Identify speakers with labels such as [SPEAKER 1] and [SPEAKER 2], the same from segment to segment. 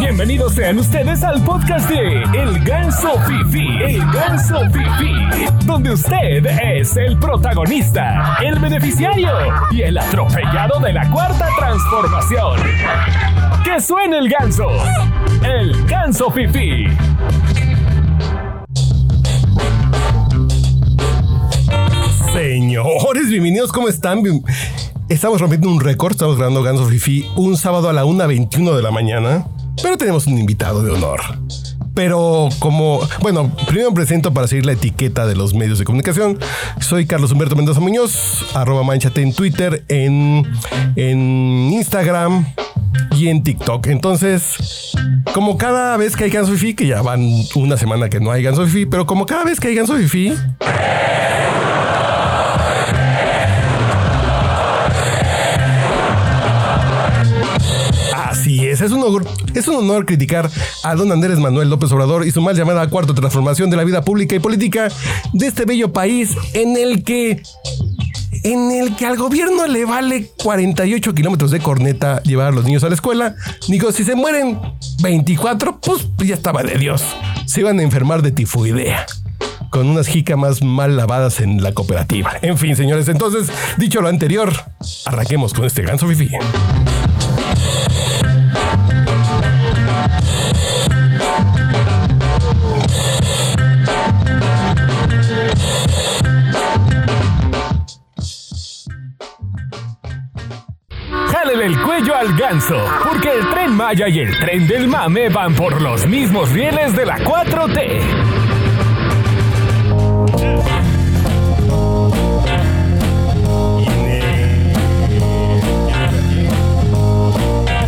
[SPEAKER 1] Bienvenidos sean ustedes al podcast de El Ganso Fifi. El Ganso Fifi. Donde usted es el protagonista, el beneficiario y el atropellado de la cuarta transformación. ¡Que suene el ganso! El Ganso Fifi.
[SPEAKER 2] Señores, bienvenidos, ¿cómo están? Bien- Estamos rompiendo un récord, estamos grabando Ganso Fifi un sábado a la 1.21 de la mañana, pero tenemos un invitado de honor. Pero como, bueno, primero me presento para seguir la etiqueta de los medios de comunicación. Soy Carlos Humberto Mendoza Muñoz, arroba manchate en Twitter, en, en Instagram y en TikTok. Entonces, como cada vez que hay Ganso Fifi, que ya van una semana que no hay Ganso Fifi, pero como cada vez que hay Ganso Fifi, Así es, es un, honor, es un honor criticar a don Andrés Manuel López Obrador y su mal llamada cuarta transformación de la vida pública y política de este bello país en el que... En el que al gobierno le vale 48 kilómetros de corneta llevar a los niños a la escuela. Digo, si se mueren 24, pues ya estaba de Dios. Se iban a enfermar de tifoidea con unas jícamas mal lavadas en la cooperativa. En fin, señores, entonces, dicho lo anterior, arranquemos con este ganso fifi.
[SPEAKER 1] Jálele el cuello al ganso, porque el tren Maya y el tren del mame van por los mismos rieles de la 4T.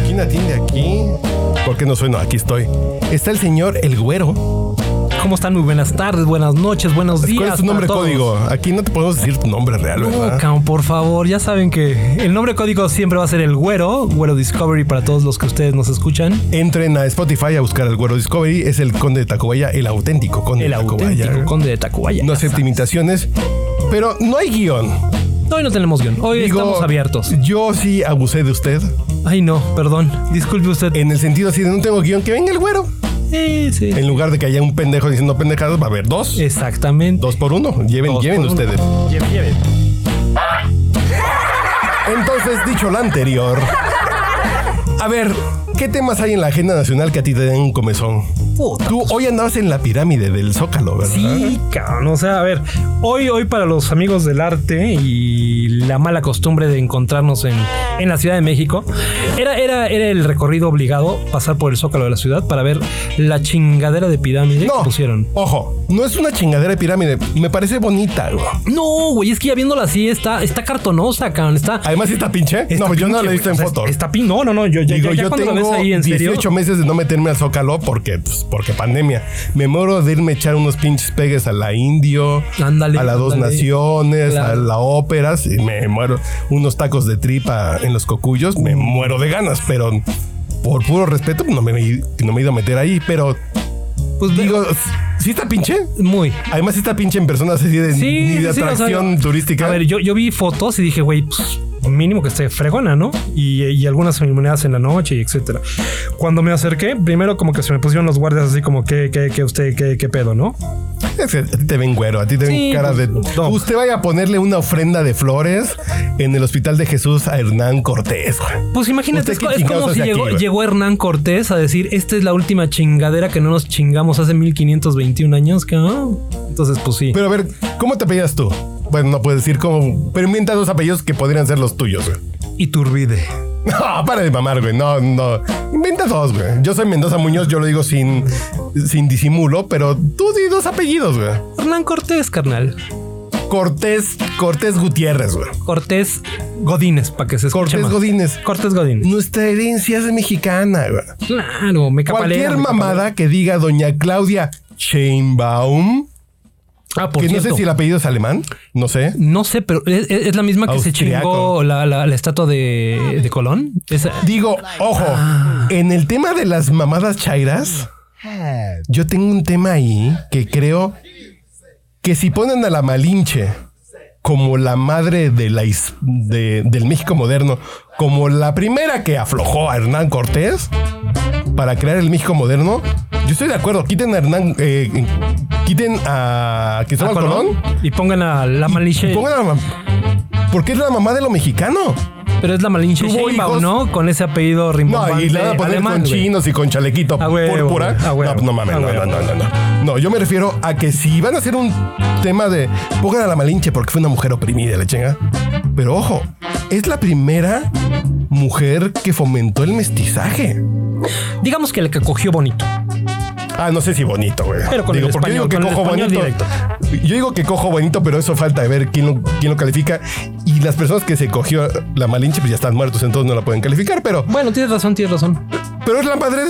[SPEAKER 2] ¿Quién atiende aquí? ¿Por qué no soy? No, aquí estoy. Está el señor El Güero.
[SPEAKER 3] ¿Cómo están? Muy buenas tardes, buenas noches, buenos días.
[SPEAKER 2] ¿Cuál es tu
[SPEAKER 3] para
[SPEAKER 2] nombre
[SPEAKER 3] todos.
[SPEAKER 2] código? Aquí no te podemos decir tu nombre real,
[SPEAKER 3] No,
[SPEAKER 2] ¿verdad?
[SPEAKER 3] cabrón, por favor, ya saben que el nombre código siempre va a ser el Güero, Güero Discovery para todos los que ustedes nos escuchan.
[SPEAKER 2] Entren a Spotify a buscar El Güero Discovery. Es el conde de Tacubaya, el auténtico conde
[SPEAKER 3] El
[SPEAKER 2] de Tacubaya.
[SPEAKER 3] auténtico conde de Tacubaya.
[SPEAKER 2] No
[SPEAKER 3] ya
[SPEAKER 2] acepta
[SPEAKER 3] sabes.
[SPEAKER 2] imitaciones, pero no hay guión.
[SPEAKER 3] Hoy no tenemos guión, hoy
[SPEAKER 2] Digo,
[SPEAKER 3] estamos abiertos.
[SPEAKER 2] Yo sí abusé de usted
[SPEAKER 3] Ay, no, perdón, disculpe usted.
[SPEAKER 2] en el sentido así de no tengo guión, que venga el güero.
[SPEAKER 3] Eh, sí.
[SPEAKER 2] En lugar de que haya un pendejo diciendo pendejadas, va a haber dos.
[SPEAKER 3] Exactamente.
[SPEAKER 2] Dos por uno. Lleven,
[SPEAKER 3] Eh, Dos
[SPEAKER 2] lleven
[SPEAKER 3] por uno.
[SPEAKER 2] ustedes.
[SPEAKER 3] Lleve, lleve.
[SPEAKER 2] Entonces, dicho lo anterior, a ver, ¿qué temas hay en la agenda nacional que a ti te den un comezón?
[SPEAKER 3] Puta.
[SPEAKER 2] Tú hoy andabas en la pirámide del Zócalo, ¿verdad?
[SPEAKER 3] Sí, cabrón. O sea, a ver, hoy, hoy para los amigos del arte y la mala costumbre de encontrarnos en, en la Ciudad de México, era, era, era el recorrido obligado pasar por el zócalo de la ciudad para ver la chingadera de pirámide
[SPEAKER 2] No,
[SPEAKER 3] que pusieron.
[SPEAKER 2] ojo, no es una chingadera de pirámide. Me parece bonita, güey.
[SPEAKER 3] No, güey, es que ya viéndola así, está, está cartonosa, cabrón. Está.
[SPEAKER 2] Además, está pinche. no, yo no la he visto en foto.
[SPEAKER 3] Está pin, no, no, no. Yo, ya-
[SPEAKER 2] Digo,
[SPEAKER 3] ya
[SPEAKER 2] yo
[SPEAKER 3] cuando la
[SPEAKER 2] tengo
[SPEAKER 3] ves ahí en
[SPEAKER 2] 18
[SPEAKER 3] serio.
[SPEAKER 2] meses de no meterme al Zócalo porque, pues, porque pandemia. Me muero de irme a echar unos pinches pegues a la Indio,
[SPEAKER 3] Ándale,
[SPEAKER 2] a las Dos
[SPEAKER 3] ándale.
[SPEAKER 2] Naciones, a
[SPEAKER 3] Claro.
[SPEAKER 2] la óperas y me muero. Unos tacos de tripa en los cocuyos,
[SPEAKER 3] Mm.
[SPEAKER 2] me muero de ganas, pero por puro respeto pues, no me, no me he ido a meter ahí. Pero
[SPEAKER 3] Pues
[SPEAKER 2] digo,
[SPEAKER 3] digo,
[SPEAKER 2] ¿sí está pinche?
[SPEAKER 3] muy.
[SPEAKER 2] Además, sí está pinche en personas así de,
[SPEAKER 3] Sí,
[SPEAKER 2] ni de
[SPEAKER 3] sí, sí, o sea,
[SPEAKER 2] atracción turística.
[SPEAKER 3] A ver, yo, yo vi fotos y dije, güey, pues, mínimo que esté fregona, ¿no? Y, y algunas monedas en la noche y etcétera. Cuando me acerqué, primero como que se me pusieron los guardias así como, ¿qué, qué, qué, usted, qué, qué pedo, no?
[SPEAKER 2] Es que a ti te ven güero, a ti te ven
[SPEAKER 3] Sí,
[SPEAKER 2] cara de.
[SPEAKER 3] pues, no.
[SPEAKER 2] Usted vaya a ponerle una ofrenda de flores en el hospital de Jesús a Hernán Cortés. güey.
[SPEAKER 3] Pues
[SPEAKER 2] ¿Usted
[SPEAKER 3] imagínate, es,
[SPEAKER 2] qué
[SPEAKER 3] co- es
[SPEAKER 2] chingados
[SPEAKER 3] como si
[SPEAKER 2] hace aquí,
[SPEAKER 3] llegó,
[SPEAKER 2] güey?
[SPEAKER 3] llegó Hernán Cortés a decir, esta es la última chingadera que no nos chingamos hace 1521 años, ¿no? Entonces, pues sí.
[SPEAKER 2] Pero a ver, ¿cómo te apellidas tú? Bueno, no puedes decir cómo, pero inventa dos apellidos que podrían ser los tuyos. güey.
[SPEAKER 3] Y turbide.
[SPEAKER 2] No, para de mamar, güey. No, no. Inventa dos, güey. Yo soy Mendoza Muñoz, yo lo digo sin, sin disimulo, pero tú di dos apellidos, güey.
[SPEAKER 3] Hernán Cortés, carnal.
[SPEAKER 2] Cortés, Cortés Gutiérrez, güey.
[SPEAKER 3] Cortés Godínez, para que se escuche
[SPEAKER 2] Cortés
[SPEAKER 3] más.
[SPEAKER 2] Godínez.
[SPEAKER 3] Cortés Godínez.
[SPEAKER 2] Nuestra herencia es mexicana, güey.
[SPEAKER 3] Claro, me capalea.
[SPEAKER 2] Cualquier
[SPEAKER 3] me capalea.
[SPEAKER 2] mamada que diga doña Claudia Sheinbaum,
[SPEAKER 3] Ah, por
[SPEAKER 2] que
[SPEAKER 3] cierto.
[SPEAKER 2] no sé si el apellido es alemán, no sé.
[SPEAKER 3] No sé, pero es, es- es la misma que se
[SPEAKER 2] Austriaco.
[SPEAKER 3] chingó la, la- la estatua de, de Colón. Esa-
[SPEAKER 2] Digo, ojo,
[SPEAKER 3] Ah.
[SPEAKER 2] en el tema de las mamadas chairas, yo tengo un tema ahí que creo que si ponen a la Malinche como la madre de la is- de- del México moderno, como la primera que aflojó a Hernán Cortés, para crear el México moderno, yo estoy de acuerdo. Quiten a Hernán, eh, quiten a
[SPEAKER 3] ¿A
[SPEAKER 2] Cristóbal Colón.
[SPEAKER 3] Y pongan a la Malinche.
[SPEAKER 2] y pongan a la mam- Porque es la mamá de lo mexicano.
[SPEAKER 3] Pero es la Malinche
[SPEAKER 2] Tuvo
[SPEAKER 3] Sheinbaum,
[SPEAKER 2] hijos.
[SPEAKER 3] ¿no? Con ese apellido rimbombante
[SPEAKER 2] No, y la van a poner
[SPEAKER 3] alemán,
[SPEAKER 2] con
[SPEAKER 3] güey.
[SPEAKER 2] chinos y con chalequito
[SPEAKER 3] A huevo,
[SPEAKER 2] púrpura.
[SPEAKER 3] a huevo,
[SPEAKER 2] no, no mames,
[SPEAKER 3] a
[SPEAKER 2] no, no,
[SPEAKER 3] huevo.
[SPEAKER 2] no, no, no. No, yo me refiero a que si van a hacer un tema de pongan a la malinche porque fue una mujer oprimida, la chinga. Pero ojo, es la primera mujer que fomentó el mestizaje.
[SPEAKER 3] Digamos que el que cogió bonito.
[SPEAKER 2] Ah, no sé si bonito, güey.
[SPEAKER 3] Pero con el
[SPEAKER 2] porque
[SPEAKER 3] español, con el español
[SPEAKER 2] Yo digo que cojo bonito, pero eso falta de ver quién lo, quién lo califica. Y las personas que se cogió la malinche, pues ya están muertos, entonces no la pueden calificar, pero
[SPEAKER 3] Bueno, tienes razón, tienes razón.
[SPEAKER 2] Pero es la madre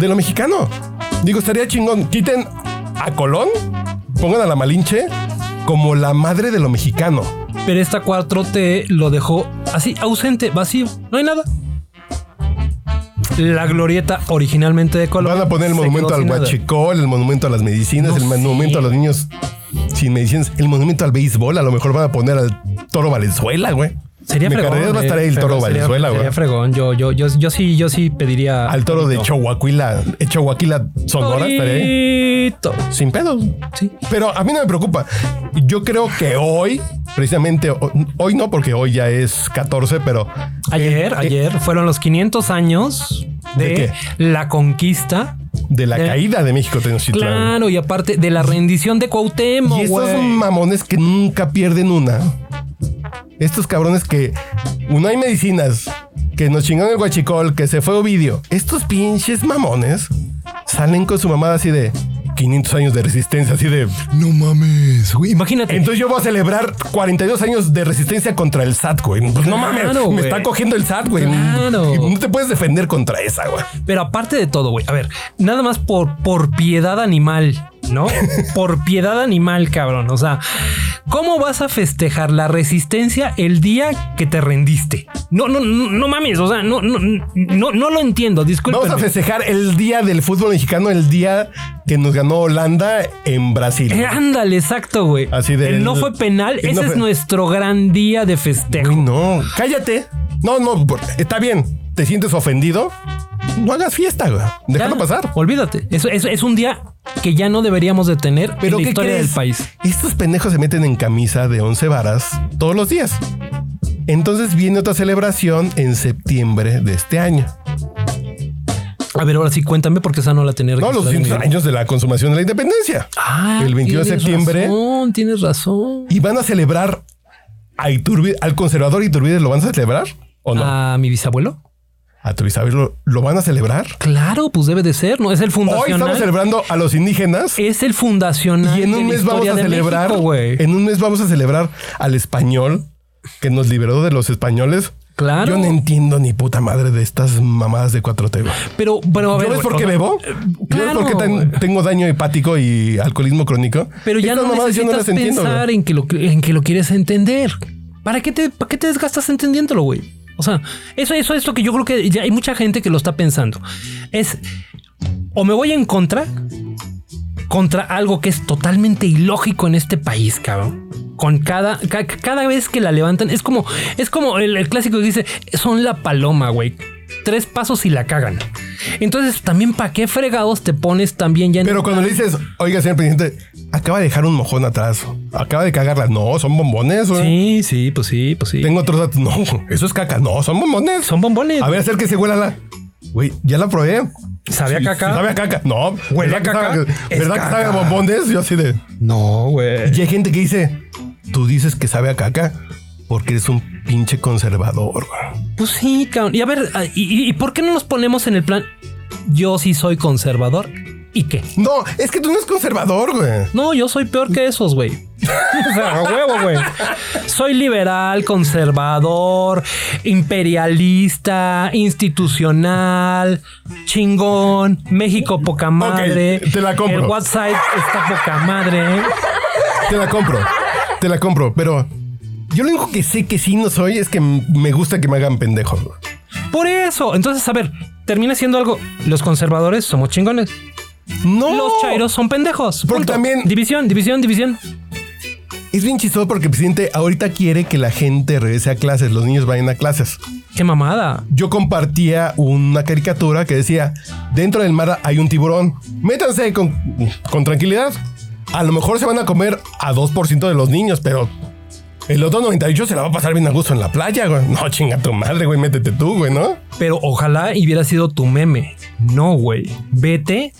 [SPEAKER 2] de lo mexicano. Digo, estaría chingón. Quiten a Colón, pongan a la Malinche como la madre de lo mexicano.
[SPEAKER 3] Pero esta 4T lo dejó así, ausente, vacío. No hay nada. La glorieta originalmente de Colón.
[SPEAKER 2] Van a poner el
[SPEAKER 3] se
[SPEAKER 2] monumento
[SPEAKER 3] quedó
[SPEAKER 2] al
[SPEAKER 3] sin nada.
[SPEAKER 2] guachicol, el monumento a las medicinas,
[SPEAKER 3] No
[SPEAKER 2] el
[SPEAKER 3] sé.
[SPEAKER 2] monumento a los niños sin medicinas, el monumento al béisbol. A lo mejor van a poner al toro Valenzuela, güey.
[SPEAKER 3] Sería
[SPEAKER 2] Me
[SPEAKER 3] fregón.
[SPEAKER 2] encargaría de estar ahí el
[SPEAKER 3] eh,
[SPEAKER 2] toro
[SPEAKER 3] sería-
[SPEAKER 2] Valenzuela, güey.
[SPEAKER 3] Sería fregón. Yo, yo, yo, yo sí, yo sí pediría.
[SPEAKER 2] Al toro de
[SPEAKER 3] No.
[SPEAKER 2] Choaquila, Choaquila Sonora, estaría ahí.
[SPEAKER 3] Torito.
[SPEAKER 2] Sin pedos.
[SPEAKER 3] Sí.
[SPEAKER 2] Pero a mí no me preocupa. Yo creo que hoy, precisamente ho- hoy no, porque hoy ya es 14, pero
[SPEAKER 3] Ayer,
[SPEAKER 2] eh,
[SPEAKER 3] ayer fueron los 500 años
[SPEAKER 2] ¿De
[SPEAKER 3] de,
[SPEAKER 2] qué?
[SPEAKER 3] la conquista.
[SPEAKER 2] de la
[SPEAKER 3] Eh,
[SPEAKER 2] caída de México Tenochtitlán.
[SPEAKER 3] Claro, y aparte de la rendición de Cuauhtémoc,
[SPEAKER 2] y estos
[SPEAKER 3] güey.
[SPEAKER 2] mamones que nunca pierden una. Estos cabrones que no hay medicinas, que nos chingaron el guachicol, que se fue Ovidio. Estos pinches mamones salen con su mamada así de 500 años de resistencia, así de no mames, güey.
[SPEAKER 3] Imagínate.
[SPEAKER 2] Entonces yo voy a celebrar 42 años de resistencia contra el SAT, güey. Pues no
[SPEAKER 3] Claro,
[SPEAKER 2] mames,
[SPEAKER 3] güey.
[SPEAKER 2] me está cogiendo el SAT, güey.
[SPEAKER 3] Claro.
[SPEAKER 2] Y No te puedes defender contra esa, güey.
[SPEAKER 3] Pero aparte de todo, güey, a ver, nada más por, por piedad animal, ¿no? por piedad animal, cabrón. O sea, ¿cómo vas a festejar la resistencia el día que te rendiste? No, no, no, no mames, o sea, no, no, no, no lo entiendo, disculpa.
[SPEAKER 2] Vamos a festejar el día del fútbol mexicano, el día que nos ganó Holanda en Brasil.
[SPEAKER 3] Eh, Ándale, exacto, güey.
[SPEAKER 2] Así de-
[SPEAKER 3] El no fue penal.
[SPEAKER 2] el
[SPEAKER 3] Ese
[SPEAKER 2] no
[SPEAKER 3] es
[SPEAKER 2] fue-
[SPEAKER 3] nuestro gran día de festejo.
[SPEAKER 2] Güey, no, cállate. No, no, por- está bien. ¿Te sientes ofendido? No hagas fiesta, güey. Déjalo
[SPEAKER 3] Ya,
[SPEAKER 2] pasar.
[SPEAKER 3] Olvídate. Eso, eso es un día que ya no deberíamos de tener
[SPEAKER 2] Pero
[SPEAKER 3] en la
[SPEAKER 2] ¿qué
[SPEAKER 3] historia
[SPEAKER 2] crees?
[SPEAKER 3] del país.
[SPEAKER 2] Estos pendejos se meten en camisa de 11 varas todos los días. Entonces viene otra celebración en septiembre de este año.
[SPEAKER 3] A ver, ahora sí, cuéntame porque esa no la tenía
[SPEAKER 2] No, los
[SPEAKER 3] registrada en mi
[SPEAKER 2] 200
[SPEAKER 3] libro.
[SPEAKER 2] años de la consumación de la independencia.
[SPEAKER 3] Ah,
[SPEAKER 2] el 21 de
[SPEAKER 3] tienes
[SPEAKER 2] septiembre.
[SPEAKER 3] razón, tienes razón.
[SPEAKER 2] Y van a celebrar a Iturbide, al conservador Iturbide, ¿lo van a celebrar o no?
[SPEAKER 3] ¿A mi bisabuelo?
[SPEAKER 2] A tu bisabuelo, ¿lo van a celebrar?
[SPEAKER 3] Claro, pues debe de ser, ¿no? Es el
[SPEAKER 2] Hoy
[SPEAKER 3] fundacional.
[SPEAKER 2] estamos celebrando a los indígenas
[SPEAKER 3] es el fundacional.
[SPEAKER 2] y en
[SPEAKER 3] de
[SPEAKER 2] un
[SPEAKER 3] la
[SPEAKER 2] mes vamos
[SPEAKER 3] historia
[SPEAKER 2] a
[SPEAKER 3] de
[SPEAKER 2] celebrar, eh,
[SPEAKER 3] México, güey.
[SPEAKER 2] en un mes vamos a celebrar al español que nos liberó de los españoles.
[SPEAKER 3] Claro.
[SPEAKER 2] Yo no entiendo ni puta madre de estas mamadas de cuatro temas.
[SPEAKER 3] Pero, pero a ver.
[SPEAKER 2] ¿Yo ves
[SPEAKER 3] güey,
[SPEAKER 2] por qué
[SPEAKER 3] o sea,
[SPEAKER 2] bebo?
[SPEAKER 3] eh,
[SPEAKER 2] ¿Yo ves por qué tan-
[SPEAKER 3] claro, güey.
[SPEAKER 2] tengo daño hepático y alcoholismo crónico?
[SPEAKER 3] Pero ya
[SPEAKER 2] Estas
[SPEAKER 3] no
[SPEAKER 2] mamadas yo
[SPEAKER 3] necesitas
[SPEAKER 2] las entiendo, güey.
[SPEAKER 3] pensar en que, lo, en que lo quieres entender. ¿Para qué te, para qué te desgastas entendiéndolo, güey? O sea, eso, eso es lo que yo creo que ya hay mucha gente que lo está pensando. Es o me voy en contra contra algo que es totalmente ilógico en este país, cabrón. Con cada, ca- cada vez que la levantan, es como, es como el, el clásico que dice, son la paloma, güey. Tres pasos y la cagan. Entonces, también, ¿para qué fregados te pones también ya en
[SPEAKER 2] Pero cuando le dices, oiga, señor presidente, acaba de dejar un mojón atrás. Acaba de cagarla. No, son bombones. güey.
[SPEAKER 3] Sí, sí, pues sí, pues sí.
[SPEAKER 2] Tengo otros datos. No, eso es caca. No, son bombones.
[SPEAKER 3] Son bombones.
[SPEAKER 2] A ver, acérquese, huélala. Güey, ya la probé.
[SPEAKER 3] ¿Sabía
[SPEAKER 2] Sí,
[SPEAKER 3] caca?
[SPEAKER 2] Sabe a caca. No.
[SPEAKER 3] Huele
[SPEAKER 2] ¿verdad
[SPEAKER 3] a
[SPEAKER 2] que
[SPEAKER 3] caca,
[SPEAKER 2] sabe-
[SPEAKER 3] es
[SPEAKER 2] ¿Verdad que
[SPEAKER 3] caca.
[SPEAKER 2] sabe a bombones? Yo así de...
[SPEAKER 3] No, güey.
[SPEAKER 2] Y hay gente que dice, tú dices que sabe a caca porque eres un pinche conservador. güey".
[SPEAKER 3] Pues sí, cabrón. Y a ver, ah, ¿y, y- y por qué no nos ponemos en el plan? Yo sí soy conservador. ¿Y qué?
[SPEAKER 2] No, es que tú no eres conservador, güey.
[SPEAKER 3] No, yo soy peor que esos, güey. O sea, a huevo, güey. Soy liberal, conservador, imperialista, institucional, chingón, México poca madre.
[SPEAKER 2] te la compro.
[SPEAKER 3] El WhatsApp está poca madre. ¿eh?
[SPEAKER 2] Te la compro, te la compro, pero yo lo único que sé que sí no soy es que m- me gusta que me hagan pendejo.
[SPEAKER 3] Por eso. Entonces, a ver, termina siendo algo. Los conservadores somos chingones.
[SPEAKER 2] No,
[SPEAKER 3] Los chairos son pendejos.
[SPEAKER 2] Porque
[SPEAKER 3] punto.
[SPEAKER 2] también-
[SPEAKER 3] División, división, división.
[SPEAKER 2] Es bien chistoso porque el presidente ahorita quiere que la gente regrese a clases, los niños vayan a clases.
[SPEAKER 3] Qué mamada.
[SPEAKER 2] yo compartía una caricatura que decía, dentro del mar hay un tiburón, métanse con, con tranquilidad. A lo mejor se van a comer a 2% de los niños, pero el otro 98 se la va a pasar bien a gusto en la playa, güey. No, chinga tu madre, güey, métete tú, güey, ¿no?
[SPEAKER 3] Pero ojalá y hubiera sido tu meme. No, güey. Vete.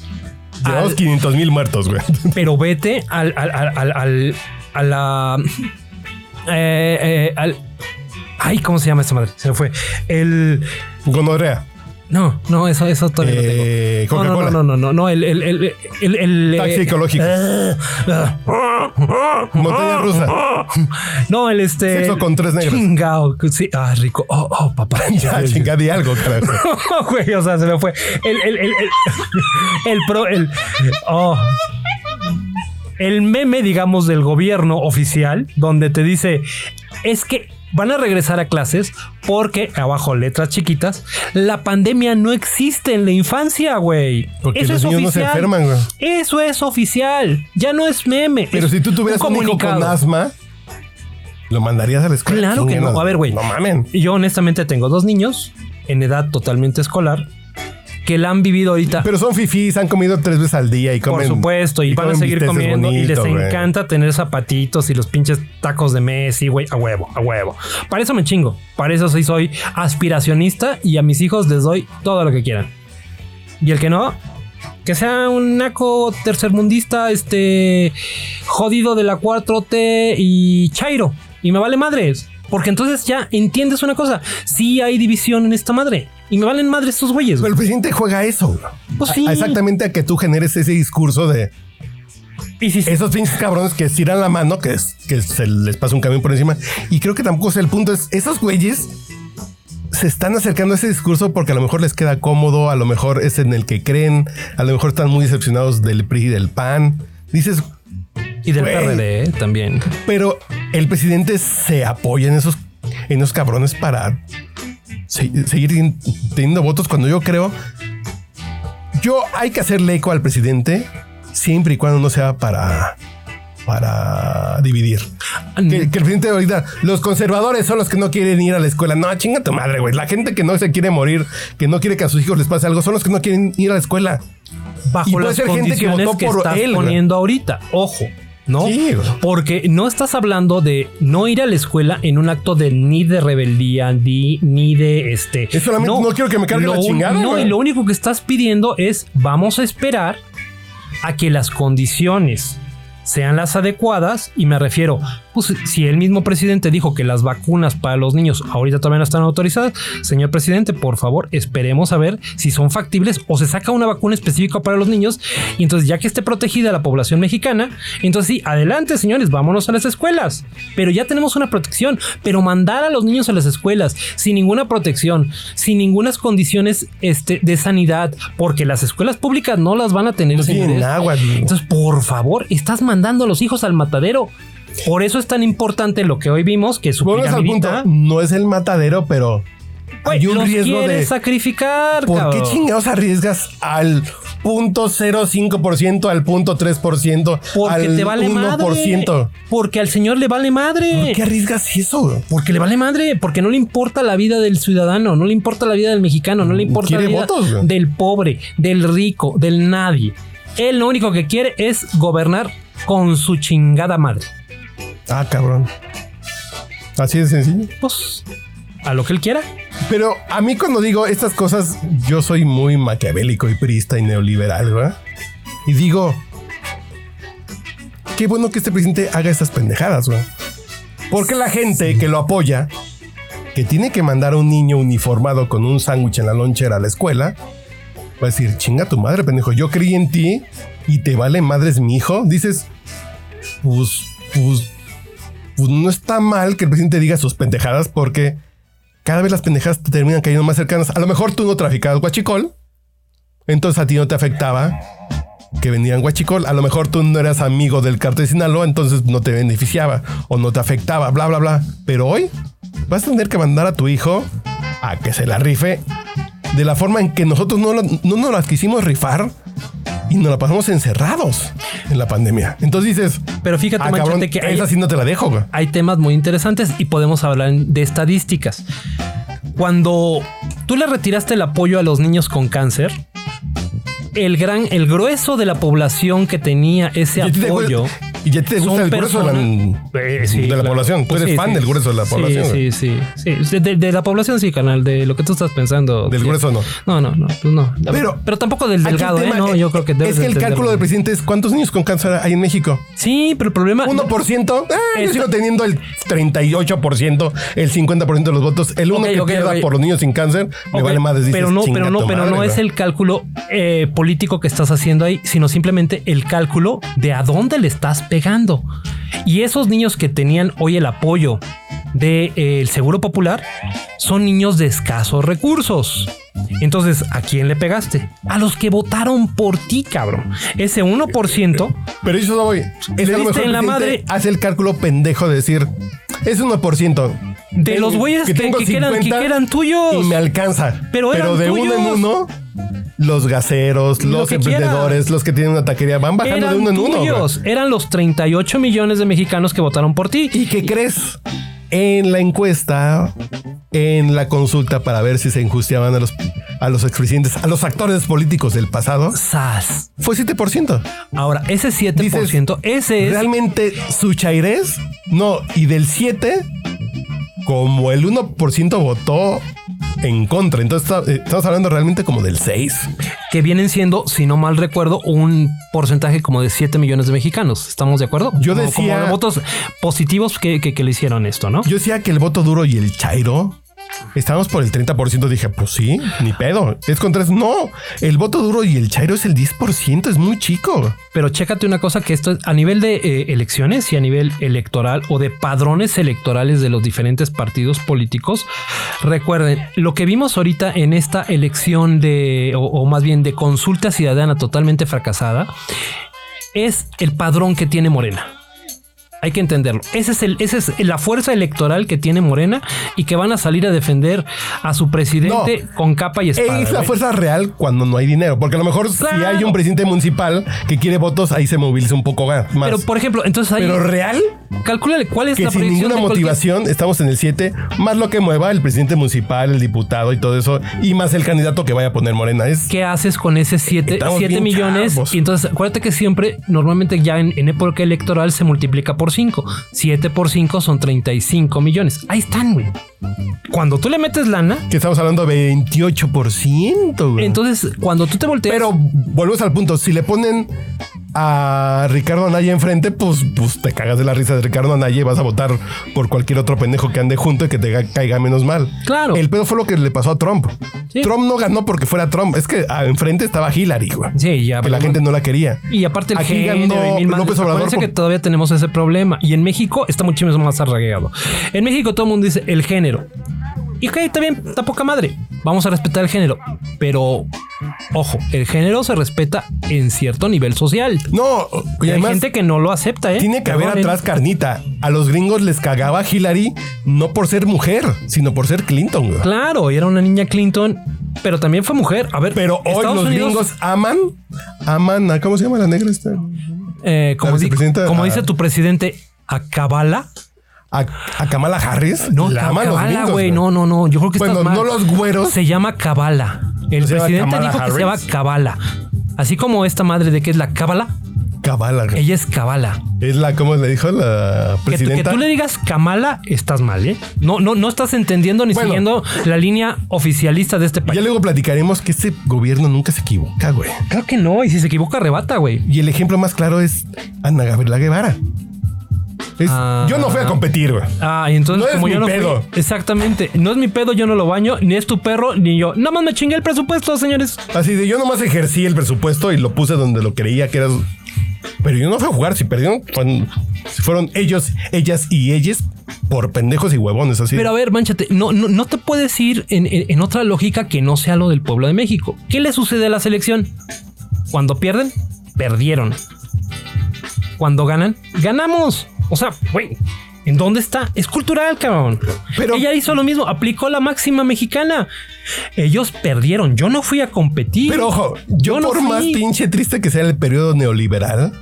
[SPEAKER 2] Llevamos
[SPEAKER 3] al-
[SPEAKER 2] 500 mil muertos, güey.
[SPEAKER 3] pero vete al, al, al, al- al- a la. eh, eh, al- ay, ¿cómo se llama esta madre? Se me fue. El.
[SPEAKER 2] Gonorrea.
[SPEAKER 3] No, no, eso, eso todavía
[SPEAKER 2] Eh,
[SPEAKER 3] no tengo. No,
[SPEAKER 2] Coca-Cola.
[SPEAKER 3] No, no, no, no, no, el, el, el, el, el-
[SPEAKER 2] Taxi
[SPEAKER 3] eh,
[SPEAKER 2] ecológico.
[SPEAKER 3] ah, ah,
[SPEAKER 2] Montaña rusa.
[SPEAKER 3] No, el este.
[SPEAKER 2] Sexo con tres negros.
[SPEAKER 3] Chingao. Sí, ah, rico. Oh, oh, papá.
[SPEAKER 2] Ya, chinga, di algo, carajo.
[SPEAKER 3] No, Oh, güey, o sea, se me fue. El, el, el, el, el pro, el, oh. el meme, digamos, del gobierno oficial, donde te dice, es que van a regresar a clases porque, abajo, letras chiquitas, la pandemia no existe en la infancia, güey.
[SPEAKER 2] Porque los niños no se enferman, güey.
[SPEAKER 3] Eso es oficial. Ya no es meme.
[SPEAKER 2] Pero
[SPEAKER 3] es
[SPEAKER 2] si tú tuvieras un, hijo
[SPEAKER 3] comunicado.
[SPEAKER 2] con asma, lo mandarías a la escuela.
[SPEAKER 3] Claro que
[SPEAKER 2] Chinga,
[SPEAKER 3] no. A ver, güey.
[SPEAKER 2] No mamen.
[SPEAKER 3] Yo honestamente tengo dos niños en edad totalmente escolar que la han vivido ahorita.
[SPEAKER 2] Pero son fifís, han comido tres veces al día y comen.
[SPEAKER 3] Por supuesto, y, van a
[SPEAKER 2] comen
[SPEAKER 3] seguir
[SPEAKER 2] bisteces
[SPEAKER 3] comiendo y les
[SPEAKER 2] bonito, güey.
[SPEAKER 3] encanta tener zapatitos y los pinches tacos de Messi, güey, a huevo, a huevo. Para eso me chingo, para eso sí soy aspiracionista y a mis hijos les doy todo lo que quieran. Y el que no, que sea un naco tercermundista, este jodido de la 4T y chairo, y me vale madres. Porque entonces ya entiendes una cosa, sí hay división en esta madre. Y me valen madres estos güeyes.
[SPEAKER 2] Pero
[SPEAKER 3] güey.
[SPEAKER 2] el presidente juega a eso. güey.
[SPEAKER 3] Pues
[SPEAKER 2] A-
[SPEAKER 3] sí.
[SPEAKER 2] a exactamente a que tú generes ese discurso de
[SPEAKER 3] Y si-
[SPEAKER 2] esos pinches cabrones que estiran la mano, que, es- que se les pasa un camión por encima. Y creo que tampoco es el punto. Es esos güeyes se están acercando a ese discurso porque a lo mejor les queda cómodo, a lo mejor es en el que creen, a lo mejor están muy decepcionados del PRI y del PAN. Dices,
[SPEAKER 3] y del
[SPEAKER 2] güey.
[SPEAKER 3] PRD ¿eh? también.
[SPEAKER 2] Pero el presidente se apoya en esos, en esos cabrones para se- seguir teni- teniendo votos cuando yo creo. Yo hay que hacerle eco al presidente siempre y cuando no sea para, para dividir.
[SPEAKER 3] Mm.
[SPEAKER 2] Que, que el presidente ahorita, los conservadores son los que no quieren ir a la escuela. No, chinga tu madre, güey. La gente que no se quiere morir, que no quiere que a sus hijos les pase algo, son los que no quieren ir a la escuela. Y
[SPEAKER 3] bajo
[SPEAKER 2] puede
[SPEAKER 3] las
[SPEAKER 2] ser gente que
[SPEAKER 3] condiciones que,
[SPEAKER 2] votó por
[SPEAKER 3] estás
[SPEAKER 2] él, güey.
[SPEAKER 3] poniendo ahorita. Ojo, ¿no?
[SPEAKER 2] Sí, güey.
[SPEAKER 3] Porque no estás hablando de no ir a la escuela en un acto de ni de rebeldía, ni, ni de este.
[SPEAKER 2] Es solamente, no quiero que me cargue
[SPEAKER 3] lo
[SPEAKER 2] la
[SPEAKER 3] un-
[SPEAKER 2] chingada,
[SPEAKER 3] No,
[SPEAKER 2] güey.
[SPEAKER 3] y lo único que estás pidiendo es vamos a esperar a que las condiciones sean las adecuadas y me refiero, pues si el mismo presidente dijo que las vacunas para los niños ahorita todavía no están autorizadas, señor presidente, por favor, esperemos a ver si son factibles o se saca una vacuna específica para los niños y entonces ya que esté protegida la población mexicana, entonces sí, adelante señores, vámonos a las escuelas, pero ya tenemos una protección, pero mandar a los niños a las escuelas sin ninguna protección, sin ningunas condiciones este, de sanidad, porque las escuelas públicas no las van a tener.
[SPEAKER 2] No tienen
[SPEAKER 3] señores.
[SPEAKER 2] agua. güey.
[SPEAKER 3] Entonces, por favor, estás mandando a los hijos al matadero. Por eso es tan importante lo que hoy vimos, que su
[SPEAKER 2] Volvemos al punto.
[SPEAKER 3] piramidita,
[SPEAKER 2] No es el matadero, pero
[SPEAKER 3] güey,
[SPEAKER 2] hay un
[SPEAKER 3] los
[SPEAKER 2] riesgo
[SPEAKER 3] quiere
[SPEAKER 2] de
[SPEAKER 3] sacrificar,
[SPEAKER 2] ¿Por qué
[SPEAKER 3] cabrón.
[SPEAKER 2] chingados arriesgas al punto 0.5%, al punto 3%,
[SPEAKER 3] Porque
[SPEAKER 2] al
[SPEAKER 3] te vale madre.
[SPEAKER 2] 1%?
[SPEAKER 3] Porque al señor le vale madre.
[SPEAKER 2] ¿Por qué arriesgas eso?
[SPEAKER 3] Porque le vale madre, porque no le importa la vida del ciudadano, no le importa la vida del mexicano, no le importa la
[SPEAKER 2] Quiere
[SPEAKER 3] vida
[SPEAKER 2] votos, güey.
[SPEAKER 3] del pobre, del rico, del nadie. Él lo único que quiere es gobernar con su chingada madre.
[SPEAKER 2] Ah, cabrón. Así de sencillo.
[SPEAKER 3] Pues, a lo que él quiera.
[SPEAKER 2] Pero a mí cuando digo estas cosas, yo soy muy maquiavélico y priista y neoliberal, ¿verdad? Y digo, qué bueno que este presidente haga estas pendejadas, güey. Porque la gente que lo apoya, que tiene que mandar a un niño uniformado con un sándwich en la lonchera a la escuela, va a decir, chinga tu madre, pendejo, yo creí en ti y te vale madres mi hijo. Dices, pues, pues, pues no está mal que el presidente diga sus pendejadas porque cada vez las pendejadas te terminan cayendo más cercanas. A lo mejor tú no traficabas guachicol, entonces a ti no te afectaba que vendían guachicol. A lo mejor tú no eras amigo del cartel de Sinaloa, entonces no te beneficiaba o no te afectaba, bla, bla, bla. Pero hoy vas a tener que mandar a tu hijo a que se la rife de la forma en que nosotros no, lo- no nos las quisimos rifar y nos la pasamos encerrados en la pandemia. Entonces dices,
[SPEAKER 3] Pero fíjate,
[SPEAKER 2] ah,
[SPEAKER 3] Manchete,
[SPEAKER 2] cabrón,
[SPEAKER 3] que hay-
[SPEAKER 2] esa sí no te la dejo, güey.
[SPEAKER 3] hay temas muy interesantes y podemos hablar de estadísticas. Cuando tú le retiraste el apoyo a los niños con cáncer, el gran, el grueso de la población que tenía ese
[SPEAKER 2] Y a ti te
[SPEAKER 3] apoyo.
[SPEAKER 2] gusta- y a ti te
[SPEAKER 3] son
[SPEAKER 2] gusta el grueso de la-
[SPEAKER 3] Eh, sí,
[SPEAKER 2] de la población. Tú eres fan del grueso de la
[SPEAKER 3] Sí,
[SPEAKER 2] población,
[SPEAKER 3] Sí,
[SPEAKER 2] güey.
[SPEAKER 3] sí, sí. De, de- de la población sí, canal. De lo que tú estás pensando.
[SPEAKER 2] Del
[SPEAKER 3] sí.
[SPEAKER 2] grueso no.
[SPEAKER 3] No, no, no. Pues no.
[SPEAKER 2] Pero-
[SPEAKER 3] Pero, tampoco del
[SPEAKER 2] Aquí el
[SPEAKER 3] delgado, ¿eh?
[SPEAKER 2] tema
[SPEAKER 3] No, yo creo que debes
[SPEAKER 2] Es que el
[SPEAKER 3] entenderlo
[SPEAKER 2] cálculo del
[SPEAKER 3] bien. Ah,
[SPEAKER 2] presidente es cuántos niños con cáncer hay en México.
[SPEAKER 3] Sí, pero el problema.
[SPEAKER 2] 1%, ah, yo
[SPEAKER 3] Eso-
[SPEAKER 2] sigo teniendo el 38%, el 50% de los votos. El uno
[SPEAKER 3] Ok,
[SPEAKER 2] que
[SPEAKER 3] ok,
[SPEAKER 2] pierda
[SPEAKER 3] ok.
[SPEAKER 2] por los niños sin cáncer, me
[SPEAKER 3] Ok,
[SPEAKER 2] vale más decir.
[SPEAKER 3] pero no, pero no, pero no es el cálculo eh, político que estás haciendo ahí, sino simplemente el cálculo de a dónde le estás pegando. Y esos niños que tenían hoy el apoyo del Seguro Popular son niños de escasos recursos. Entonces, ¿a quién le pegaste? A los que votaron por ti, cabrón. Ese 1%,
[SPEAKER 2] Pero eso no voy. Es
[SPEAKER 3] Le
[SPEAKER 2] a lo
[SPEAKER 3] diste
[SPEAKER 2] mejor
[SPEAKER 3] en la
[SPEAKER 2] el presidente
[SPEAKER 3] madre.
[SPEAKER 2] Hace el cálculo pendejo de decir, es 1%.
[SPEAKER 3] De
[SPEAKER 2] El
[SPEAKER 3] los güeyes que-
[SPEAKER 2] tengo
[SPEAKER 3] que quedan- que
[SPEAKER 2] 50
[SPEAKER 3] eran tuyos.
[SPEAKER 2] Y me alcanza. Pero,
[SPEAKER 3] Pero eran
[SPEAKER 2] de uno en
[SPEAKER 3] tuyos.
[SPEAKER 2] uno, los gaseros,
[SPEAKER 3] Lo
[SPEAKER 2] los
[SPEAKER 3] que
[SPEAKER 2] emprendedores, los que tienen una taquería, van bajando de
[SPEAKER 3] eran
[SPEAKER 2] uno en uno. güey.
[SPEAKER 3] tuyos. Eran los 38 millones de mexicanos que votaron por ti.
[SPEAKER 2] ¿Y qué crees? En la encuesta, en la consulta para ver si se enjuiciaban a los, a los expresidentes, a los actores políticos del pasado,
[SPEAKER 3] ¡Sas!
[SPEAKER 2] fue 7%.
[SPEAKER 3] Ahora, ese 7%, ese es.
[SPEAKER 2] Realmente su chairés, no, y del 7, como el 1% votó en contra. Entonces está- eh, estamos hablando realmente como del 6.
[SPEAKER 3] que vienen siendo, si no mal recuerdo, un porcentaje como de 7 millones de mexicanos. ¿Estamos de acuerdo?
[SPEAKER 2] Yo
[SPEAKER 3] Como-
[SPEAKER 2] decía-
[SPEAKER 3] Como, de votos positivos que, que- que le hicieron esto, ¿no?
[SPEAKER 2] Yo decía que el voto duro y el chairo estábamos por el 30%. Dije, pues sí, ni pedo. Es con tres. No, el voto duro y el chairo es el 10%. Es muy chico.
[SPEAKER 3] Pero chécate una cosa que esto es a nivel de eh, elecciones y a nivel electoral o de padrones electorales de los diferentes partidos políticos. Recuerden, lo que vimos ahorita en esta elección de, o, o más bien de consulta ciudadana totalmente fracasada, es el padrón que tiene Morena. Hay que entenderlo. Ese es el, esa es la fuerza electoral que tiene Morena y que van a salir a defender a su presidente
[SPEAKER 2] No.
[SPEAKER 3] con capa y espada. ¿eh?
[SPEAKER 2] es la
[SPEAKER 3] güey.
[SPEAKER 2] fuerza real cuando no hay dinero. Porque a lo mejor si
[SPEAKER 3] Claro.
[SPEAKER 2] hay un presidente municipal que quiere votos, ahí se moviliza un poco ga- más.
[SPEAKER 3] Pero,
[SPEAKER 2] Pero,
[SPEAKER 3] por ejemplo, entonces ahí
[SPEAKER 2] real,
[SPEAKER 3] calcúlale cuál es
[SPEAKER 2] que
[SPEAKER 3] la
[SPEAKER 2] sin
[SPEAKER 3] proyección
[SPEAKER 2] ninguna
[SPEAKER 3] de cualquier-
[SPEAKER 2] motivación estamos en el 7, más lo que mueva el presidente municipal, el diputado y todo eso, y más el candidato que vaya a poner Morena. Es
[SPEAKER 3] ¿Qué haces con ese 7
[SPEAKER 2] Estamos bien
[SPEAKER 3] millones?
[SPEAKER 2] chavos.
[SPEAKER 3] Y entonces, acuérdate que siempre, normalmente ya en, en época electoral se multiplica por 5. 7 por 5 son 35 millones. Ahí están, güey. Cuando tú le metes lana,
[SPEAKER 2] que estamos hablando de 28%. güey.
[SPEAKER 3] entonces cuando tú te volteas...
[SPEAKER 2] Pero volvemos al punto. Si le ponen a Ricardo Anaya enfrente, pues, pues te cagas de la risa de Ricardo Anaya y vas a votar por cualquier otro pendejo que ande junto y que te ga- caiga menos mal.
[SPEAKER 3] Claro.
[SPEAKER 2] El pedo fue lo que le pasó a Trump.
[SPEAKER 3] Sí.
[SPEAKER 2] Trump no ganó porque fuera Trump. Es que ah, enfrente estaba Hillary, güey.
[SPEAKER 3] Sí, ya,
[SPEAKER 2] Que la
[SPEAKER 3] pero-
[SPEAKER 2] gente no la quería.
[SPEAKER 3] Y aparte el
[SPEAKER 2] Aquí
[SPEAKER 3] género
[SPEAKER 2] ganó
[SPEAKER 3] y mil madres.
[SPEAKER 2] López Obrador
[SPEAKER 3] Acuérdense
[SPEAKER 2] por-
[SPEAKER 3] que todavía tenemos ese problema. Y en México está muchísimo más arraigado. En México todo el mundo dice el género. Y ok, está bien, está poca madre. Vamos a respetar el género. Pero, ojo, el género se respeta en cierto nivel social.
[SPEAKER 2] No, y
[SPEAKER 3] Y hay
[SPEAKER 2] además
[SPEAKER 3] gente que no lo acepta, ¿eh?
[SPEAKER 2] tiene que haber
[SPEAKER 3] Perdonen.
[SPEAKER 2] atrás carnita. A los gringos les cagaba Hillary no por ser mujer, sino por ser Clinton, güey.
[SPEAKER 3] Claro, y era una niña Clinton, pero también fue mujer. A ver,
[SPEAKER 2] Pero hoy
[SPEAKER 3] Estados
[SPEAKER 2] los
[SPEAKER 3] Unidos,
[SPEAKER 2] gringos aman, aman a, ¿cómo se llama la negra esta?
[SPEAKER 3] eh, como,
[SPEAKER 2] la
[SPEAKER 3] di-
[SPEAKER 2] vicepresidenta-
[SPEAKER 3] como
[SPEAKER 2] ah.
[SPEAKER 3] dice tu presidente, a Kabbalah.
[SPEAKER 2] A, a Kamala Harris.
[SPEAKER 3] No,
[SPEAKER 2] la aman los
[SPEAKER 3] Kabbalah,
[SPEAKER 2] gringos.
[SPEAKER 3] güey.
[SPEAKER 2] güey.
[SPEAKER 3] No, no, no. Yo creo que
[SPEAKER 2] Bueno,
[SPEAKER 3] estás mal.
[SPEAKER 2] no los güeros.
[SPEAKER 3] Se llama Cabala. El
[SPEAKER 2] Se llama
[SPEAKER 3] presidente
[SPEAKER 2] Kamala
[SPEAKER 3] dijo que se llama
[SPEAKER 2] Harris.
[SPEAKER 3] Cabala. Así como esta madre de que es la Cabala,
[SPEAKER 2] Kamala, güey.
[SPEAKER 3] ella es Cabala.
[SPEAKER 2] Es la, ¿cómo le dijo la
[SPEAKER 3] Que, tú- que
[SPEAKER 2] presidenta?
[SPEAKER 3] tú le digas Kamala, estás mal, ¿eh? No, no, no estás entendiendo ni
[SPEAKER 2] Bueno.
[SPEAKER 3] siguiendo la línea oficialista de este
[SPEAKER 2] Ya
[SPEAKER 3] país.
[SPEAKER 2] luego platicaremos que este gobierno nunca se equivoca, güey.
[SPEAKER 3] Claro que no, y si se equivoca, arrebata, güey.
[SPEAKER 2] Y el ejemplo más claro es Ana Gabriela Guevara. Es-
[SPEAKER 3] Ah.
[SPEAKER 2] yo no fui a competir, güey.
[SPEAKER 3] Ah, y entonces
[SPEAKER 2] No es
[SPEAKER 3] como
[SPEAKER 2] mi
[SPEAKER 3] yo no fui-
[SPEAKER 2] pedo.
[SPEAKER 3] exactamente, no es mi pedo, yo no lo baño, ni es tu perro, ni yo. Nada más me chingué el presupuesto, señores.
[SPEAKER 2] Así de yo nomás ejercí el presupuesto y lo puse donde lo creía que era. Pero yo no fui a jugar. Si perdieron, fueron, si fueron ellos, ellas y ellas por pendejos y huevones. Así de-
[SPEAKER 3] Pero a ver, manchate, no, no, no te puedes ir en, en- en otra lógica que no sea lo del pueblo de México. ¿Qué le sucede a la selección? Cuando pierden, perdieron. Cuando ganan, ganamos. O sea, güey, ¿en dónde está? Es cultural, cabrón.
[SPEAKER 2] Pero-
[SPEAKER 3] Pero ella hizo lo mismo, aplicó la máxima mexicana. Ellos perdieron. Yo no fui a competir.
[SPEAKER 2] Pero ojo, yo,
[SPEAKER 3] no
[SPEAKER 2] por más
[SPEAKER 3] fui.
[SPEAKER 2] pinche triste que sea el periodo neoliberal,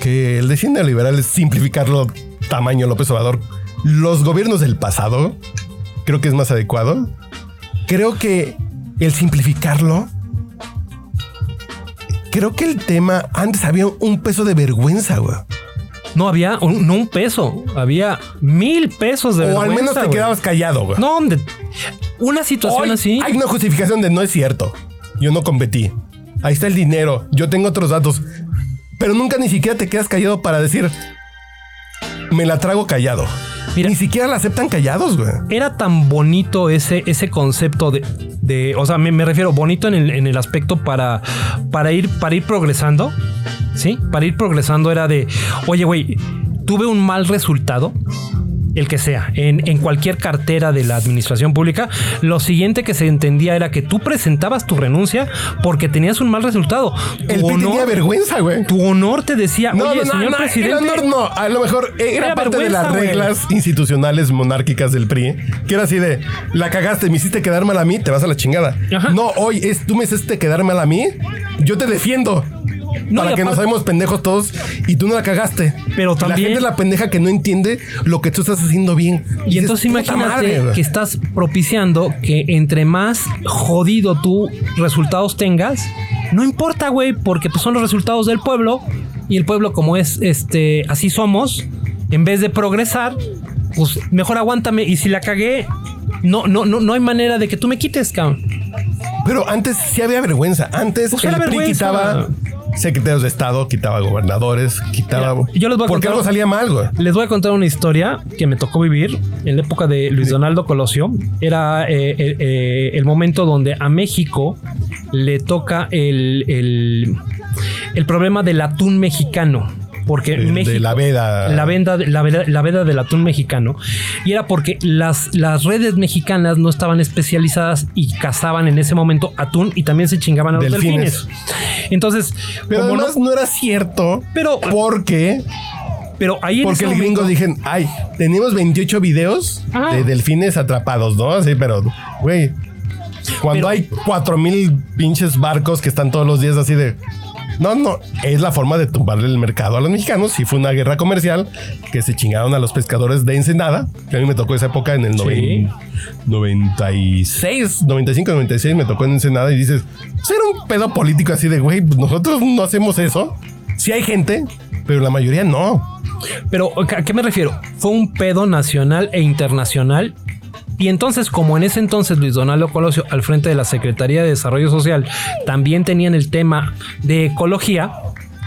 [SPEAKER 2] que el decir neoliberal es simplificarlo tamaño López Obrador, los gobiernos del pasado creo que es más adecuado. Creo que el simplificarlo. Creo que el tema antes había un peso de vergüenza, güey.
[SPEAKER 3] No había un, no un peso, había mil pesos de
[SPEAKER 2] O al menos
[SPEAKER 3] vergüenza,
[SPEAKER 2] te
[SPEAKER 3] güey.
[SPEAKER 2] quedabas callado, güey.
[SPEAKER 3] No, hombre. Una situación
[SPEAKER 2] Hoy
[SPEAKER 3] así.
[SPEAKER 2] Hay una justificación de no es cierto. Yo no competí. Ahí está el dinero. Yo tengo otros datos. Pero nunca ni siquiera te quedas callado para decir. Me la trago callado.
[SPEAKER 3] Mira.
[SPEAKER 2] Ni siquiera la aceptan callados, güey.
[SPEAKER 3] era tan bonito ese, ese concepto de, de- o sea, me, me refiero bonito en el, en el aspecto para, para, ir, para ir progresando, ¿sí? Para ir progresando era de, oye, güey, tuve un mal resultado, el que sea, en, en cualquier cartera de la administración pública, lo siguiente que se entendía era que tú presentabas tu renuncia porque tenías un mal resultado. Tu
[SPEAKER 2] El PRI tenía vergüenza, güey.
[SPEAKER 3] tu honor te decía,
[SPEAKER 2] No,
[SPEAKER 3] oye,
[SPEAKER 2] no, no,
[SPEAKER 3] señor
[SPEAKER 2] no,
[SPEAKER 3] presidente...
[SPEAKER 2] el honor no. A lo mejor era,
[SPEAKER 3] Era
[SPEAKER 2] parte de las
[SPEAKER 3] vergüenza, güey.
[SPEAKER 2] reglas institucionales monárquicas del PRI, que era así de la cagaste, me hiciste quedar mal a mí, te vas a la chingada.
[SPEAKER 3] Ajá.
[SPEAKER 2] No, hoy es tú me hiciste quedar mal a mí, yo te defiendo.
[SPEAKER 3] No,
[SPEAKER 2] para
[SPEAKER 3] y
[SPEAKER 2] que nos
[SPEAKER 3] aparte-
[SPEAKER 2] sabemos pendejos todos y tú no la cagaste.
[SPEAKER 3] Pero
[SPEAKER 2] La
[SPEAKER 3] también-
[SPEAKER 2] gente es la pendeja que no entiende lo que tú estás haciendo bien.
[SPEAKER 3] Y
[SPEAKER 2] Dices,
[SPEAKER 3] entonces
[SPEAKER 2] "Puta
[SPEAKER 3] imagínate
[SPEAKER 2] madre, güey".
[SPEAKER 3] que estás propiciando que entre más jodido tú resultados tengas, no importa, güey, porque pues, son los resultados del pueblo y el pueblo como es, este, así somos, en vez de progresar, pues mejor aguántame y si la cagué, no, no, no, no hay manera de que tú me quites, cabrón.
[SPEAKER 2] Pero antes sí había vergüenza. Antes
[SPEAKER 3] Pues
[SPEAKER 2] el
[SPEAKER 3] era
[SPEAKER 2] PRI
[SPEAKER 3] vergüenza.
[SPEAKER 2] quitaba secretarios de Estado, quitaba gobernadores, quitaba.
[SPEAKER 3] Mira, yo les voy a
[SPEAKER 2] Porque
[SPEAKER 3] contar-
[SPEAKER 2] algo salía mal, güey.
[SPEAKER 3] Les voy a contar una historia que me tocó vivir en la época de Luis Donaldo Colosio. Era eh, eh, eh, el momento donde a México le toca el, el, el problema del atún mexicano. Porque
[SPEAKER 2] Eh, de,
[SPEAKER 3] México,
[SPEAKER 2] de la veda.
[SPEAKER 3] la venda, la veda, la veda del atún mexicano. Y era porque las, las redes mexicanas no estaban especializadas y cazaban en ese momento atún y también se chingaban a los
[SPEAKER 2] Delfines.
[SPEAKER 3] delfines. Entonces,
[SPEAKER 2] Pero
[SPEAKER 3] como no-
[SPEAKER 2] además no, era cierto.
[SPEAKER 3] Pero-
[SPEAKER 2] porque
[SPEAKER 3] pero ahí en
[SPEAKER 2] porque
[SPEAKER 3] ese
[SPEAKER 2] el gringo
[SPEAKER 3] momento-
[SPEAKER 2] dijeron, ay, tenemos 28 videos
[SPEAKER 3] Ah.
[SPEAKER 2] de delfines atrapados, ¿no? Sí, pero güey, cuando
[SPEAKER 3] Pero-
[SPEAKER 2] hay 4000 pinches barcos que están todos los días así de no, no, es la forma de tumbarle el mercado a los mexicanos. Si fue una guerra comercial que se chingaron a los pescadores de Ensenada, que a mí me tocó esa época en el noven- 96, 95, 96, me tocó en Ensenada y dices, ser un pedo político así de, güey, pues nosotros no hacemos eso. Sí hay gente, pero la mayoría no.
[SPEAKER 3] Pero, ¿a qué me refiero? Fue un pedo nacional e internacional. Y entonces, como en ese entonces Luis Donaldo Colosio, al frente de la Secretaría de Desarrollo Social, también tenían el tema de ecología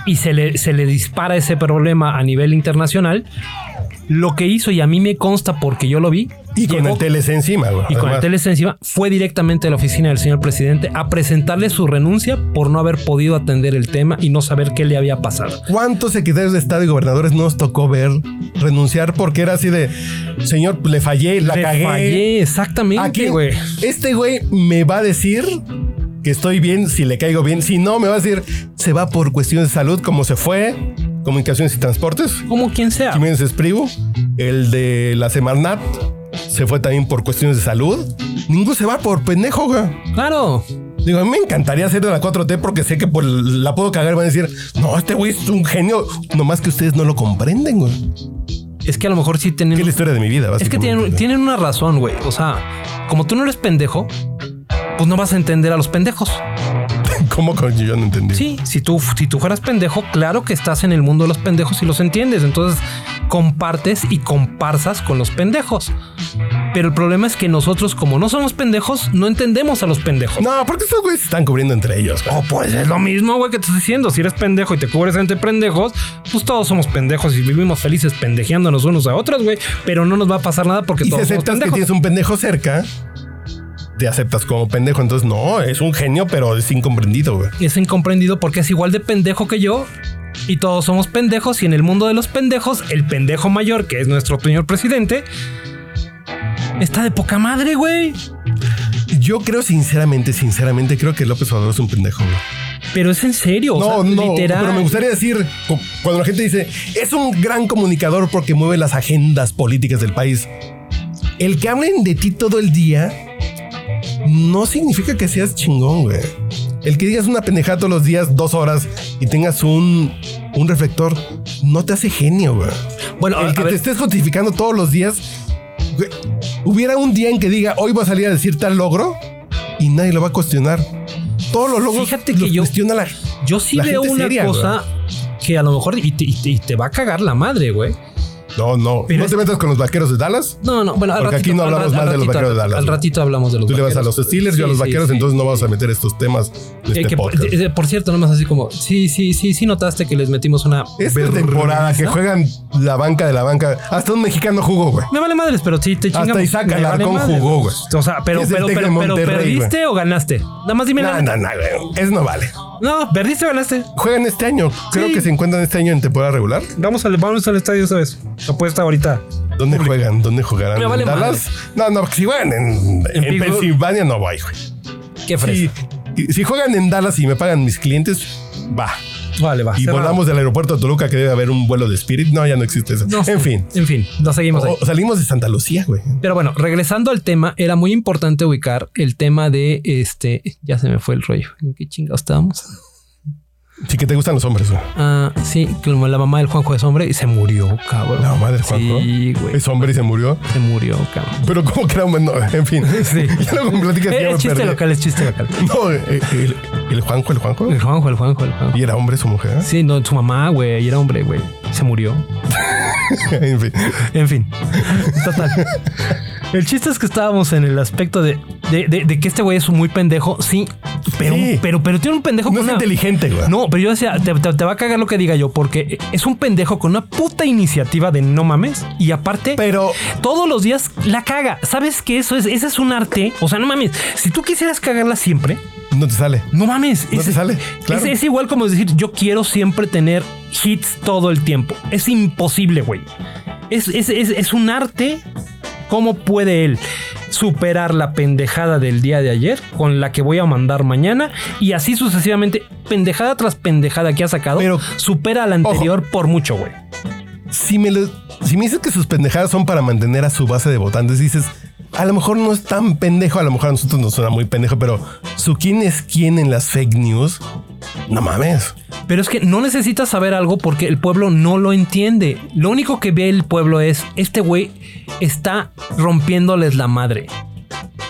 [SPEAKER 3] y se le, se le dispara ese problema a nivel internacional, lo que hizo, y a mí me consta porque yo lo vi,
[SPEAKER 2] Y con
[SPEAKER 3] llegó-
[SPEAKER 2] el TLC encima, güey.
[SPEAKER 3] y con el
[SPEAKER 2] Además,
[SPEAKER 3] TLC encima, fue directamente a la oficina del señor presidente a presentarle su renuncia por no haber podido atender el tema y no saber qué le había pasado.
[SPEAKER 2] ¿Cuántos secretarios de Estado y gobernadores nos tocó ver renunciar porque era así de, señor, le fallé, la
[SPEAKER 3] Le
[SPEAKER 2] cagué?
[SPEAKER 3] fallé, exactamente,
[SPEAKER 2] Aquí,
[SPEAKER 3] güey.
[SPEAKER 2] este güey me va a decir que estoy bien, si le caigo bien. Si no, me va a decir, se va por cuestiones de salud, como se fue, comunicaciones y transportes.
[SPEAKER 3] Como quien sea.
[SPEAKER 2] Jiménez Espriu, el de la Semarnat, se fue también por cuestiones de salud. Ninguno se va por pendejo, güey.
[SPEAKER 3] Claro.
[SPEAKER 2] Digo, a mí me encantaría hacer de la 4T porque sé que por la puedo cagar y van a decir, no, este güey es un genio. Nomás que ustedes no lo comprenden, güey.
[SPEAKER 3] Es que a lo mejor sí
[SPEAKER 2] Que es la
[SPEAKER 3] tienen.
[SPEAKER 2] historia de mi vida,
[SPEAKER 3] Es que
[SPEAKER 2] básicamente.
[SPEAKER 3] tienen, tienen una razón, güey. O sea, como tú no eres pendejo, pues no vas a entender a los pendejos.
[SPEAKER 2] ¿Cómo con yo no entendí?
[SPEAKER 3] Sí, si tú, si tú fueras pendejo, claro que estás en el mundo de los pendejos y los entiendes. Entonces compartes y comparsas con los pendejos. Pero el problema es que nosotros, como no somos pendejos, no entendemos a los pendejos.
[SPEAKER 2] No, porque estos güeyes se están cubriendo entre ellos. güey.
[SPEAKER 3] O pues es lo mismo, güey, que te estoy diciendo. Si eres pendejo y te cubres entre pendejos, pues todos somos pendejos y vivimos felices pendejeándonos unos a otros, güey. Pero no nos va a pasar nada porque
[SPEAKER 2] Y si
[SPEAKER 3] todos somos
[SPEAKER 2] aceptas que
[SPEAKER 3] pendejos.
[SPEAKER 2] tienes un pendejo cerca, te aceptas como pendejo. Entonces, no, es un genio, pero es incomprendido, güey.
[SPEAKER 3] Es incomprendido porque es igual de pendejo que yo. Y todos somos pendejos y en el mundo de los pendejos, el pendejo mayor, que es nuestro señor presidente, está de poca madre, güey.
[SPEAKER 2] Yo creo, sinceramente, sinceramente, creo que López Obrador es un pendejo, güey.
[SPEAKER 3] Pero es en serio, o sea, literal.
[SPEAKER 2] Pero me gustaría decir, cu- cuando la gente dice, es un gran comunicador porque mueve las agendas políticas del país. El que hablen de ti todo el día no significa que seas chingón, güey. El que digas una pendejada todos los días, dos horas, y tengas un, un reflector, no te hace genio, güey.
[SPEAKER 3] Bueno,
[SPEAKER 2] el
[SPEAKER 3] a-
[SPEAKER 2] que te
[SPEAKER 3] a ver.
[SPEAKER 2] estés justificando todos los días. güey, hubiera un día en que diga hoy va a salir a decir tal logro y nadie lo va a cuestionar. Todos los logros
[SPEAKER 3] Fíjate que
[SPEAKER 2] los
[SPEAKER 3] yo-
[SPEAKER 2] cuestiona la.
[SPEAKER 3] Yo sí
[SPEAKER 2] La
[SPEAKER 3] veo
[SPEAKER 2] gente
[SPEAKER 3] una
[SPEAKER 2] seria,
[SPEAKER 3] cosa que a lo mejor y te, y te- y te va a cagar la madre, güey.
[SPEAKER 2] No, no.
[SPEAKER 3] Pero
[SPEAKER 2] no te metas con los vaqueros de Dallas.
[SPEAKER 3] No, no, bueno, al
[SPEAKER 2] Porque aquí no
[SPEAKER 3] al-
[SPEAKER 2] hablamos
[SPEAKER 3] al-
[SPEAKER 2] mal
[SPEAKER 3] al
[SPEAKER 2] de los
[SPEAKER 3] ratito-
[SPEAKER 2] vaqueros de Dallas,
[SPEAKER 3] Al
[SPEAKER 2] güey.
[SPEAKER 3] ratito hablamos de los
[SPEAKER 2] Tú le vas a los Steelers, yo a los
[SPEAKER 3] Sí, sí,
[SPEAKER 2] vaqueros,
[SPEAKER 3] sí.
[SPEAKER 2] entonces no vamos a meter estos temas de
[SPEAKER 3] Eh,
[SPEAKER 2] este
[SPEAKER 3] que,
[SPEAKER 2] podcast.
[SPEAKER 3] de- de- por cierto, nomás así como, sí, sí, sí, sí notaste que les metimos una
[SPEAKER 2] Esta
[SPEAKER 3] berr-
[SPEAKER 2] temporada que juegan la banca de la banca, hasta un mexicano jugó, güey.
[SPEAKER 3] Me vale madres, pero sí te
[SPEAKER 2] Hasta
[SPEAKER 3] chingamos.
[SPEAKER 2] Isaac
[SPEAKER 3] Me vale
[SPEAKER 2] Alarcón
[SPEAKER 3] madres.
[SPEAKER 2] jugó, güey.
[SPEAKER 3] O sea, pero,
[SPEAKER 2] Es el
[SPEAKER 3] pero,
[SPEAKER 2] Tec de
[SPEAKER 3] pero, pero
[SPEAKER 2] Monterrey,
[SPEAKER 3] ¿perdiste o ganaste? Nada más dime
[SPEAKER 2] No,
[SPEAKER 3] la
[SPEAKER 2] no,
[SPEAKER 3] neta.
[SPEAKER 2] no, güey. Eso no vale.
[SPEAKER 3] No, perdiste o ganaste.
[SPEAKER 2] Juegan este año. Creo
[SPEAKER 3] Sí.
[SPEAKER 2] que se encuentran este año en temporada regular.
[SPEAKER 3] Vamos al, vamos al estadio esta vez. Apuesta ahorita.
[SPEAKER 2] ¿Dónde juegan? ¿Dónde jugarán?
[SPEAKER 3] Me vale
[SPEAKER 2] ¿En Dallas? No, no, si juegan en, en
[SPEAKER 3] En Pittsburgh.
[SPEAKER 2] Pensilvania no voy, güey.
[SPEAKER 3] Qué
[SPEAKER 2] Si,
[SPEAKER 3] fresco.
[SPEAKER 2] si juegan en Dallas y me pagan mis clientes, va.
[SPEAKER 3] Vale, va.
[SPEAKER 2] Y
[SPEAKER 3] Ah, cerrado.
[SPEAKER 2] volamos del aeropuerto a Toluca, que debe haber un vuelo de Spirit. No, ya no existe eso.
[SPEAKER 3] No,
[SPEAKER 2] en
[SPEAKER 3] sí.
[SPEAKER 2] fin.
[SPEAKER 3] En fin, nos seguimos ahí.
[SPEAKER 2] O- salimos de Santa Lucía, güey.
[SPEAKER 3] Pero bueno, regresando al tema, era muy importante ubicar el tema de este. Ya se me fue el rollo. ¿En qué chingados estábamos?
[SPEAKER 2] Sí que te gustan los hombres, güey.
[SPEAKER 3] Ah, sí, como la mamá del Juanjo es hombre y se murió, cabrón.
[SPEAKER 2] La mamá del Juanjo.
[SPEAKER 3] Sí, güey.
[SPEAKER 2] Es hombre y se murió.
[SPEAKER 3] Se murió, cabrón.
[SPEAKER 2] Pero como que era un... no, en fin.
[SPEAKER 3] Sí.
[SPEAKER 2] Ya luego me platicas que ya
[SPEAKER 3] Eh,
[SPEAKER 2] me
[SPEAKER 3] Es chiste
[SPEAKER 2] perdí.
[SPEAKER 3] local, es chiste local.
[SPEAKER 2] No, eh, el, el Juanjo, el Juanjo.
[SPEAKER 3] El Juanjo, el Juanjo, el Juanjo.
[SPEAKER 2] ¿Y era hombre su mujer?
[SPEAKER 3] Sí, no, su mamá, güey, y era hombre, güey. Se murió.
[SPEAKER 2] en fin.
[SPEAKER 3] En fin. Total. El chiste es que estábamos en el aspecto de, de, de- de que este güey es un muy pendejo. Sí, pero,
[SPEAKER 2] Sí.
[SPEAKER 3] pero, pero tiene un pendejo
[SPEAKER 2] No
[SPEAKER 3] con
[SPEAKER 2] es
[SPEAKER 3] una-
[SPEAKER 2] inteligente, güey.
[SPEAKER 3] No, pero yo decía, te, te- te va a cagar lo que diga yo, porque es un pendejo con una puta iniciativa de no mames. Y aparte,
[SPEAKER 2] Pero
[SPEAKER 3] todos los días la caga. ¿Sabes qué eso es? Ese es un arte. O sea, no mames. Si tú quisieras cagarla siempre,
[SPEAKER 2] no te sale.
[SPEAKER 3] no mames.
[SPEAKER 2] No
[SPEAKER 3] es,
[SPEAKER 2] te sale, claro.
[SPEAKER 3] es- es igual como decir, yo quiero siempre tener hits todo el tiempo. Es imposible, güey. Es, es- es- es un arte. ¿Cómo puede él superar la pendejada del día de ayer con la que voy a mandar mañana? Y así sucesivamente, pendejada tras pendejada que ha sacado,
[SPEAKER 2] Pero-
[SPEAKER 3] supera a la anterior por mucho, güey.
[SPEAKER 2] Si me, lo- si me dices que sus pendejadas son para mantener a su base de votantes, dices, a lo mejor no es tan pendejo, a lo mejor a nosotros nos suena muy pendejo, pero su quién es quién en las fake news, no mames.
[SPEAKER 3] Pero es que no necesitas saber algo porque el pueblo no lo entiende. Lo único que ve el pueblo es, este güey está rompiéndoles la madre.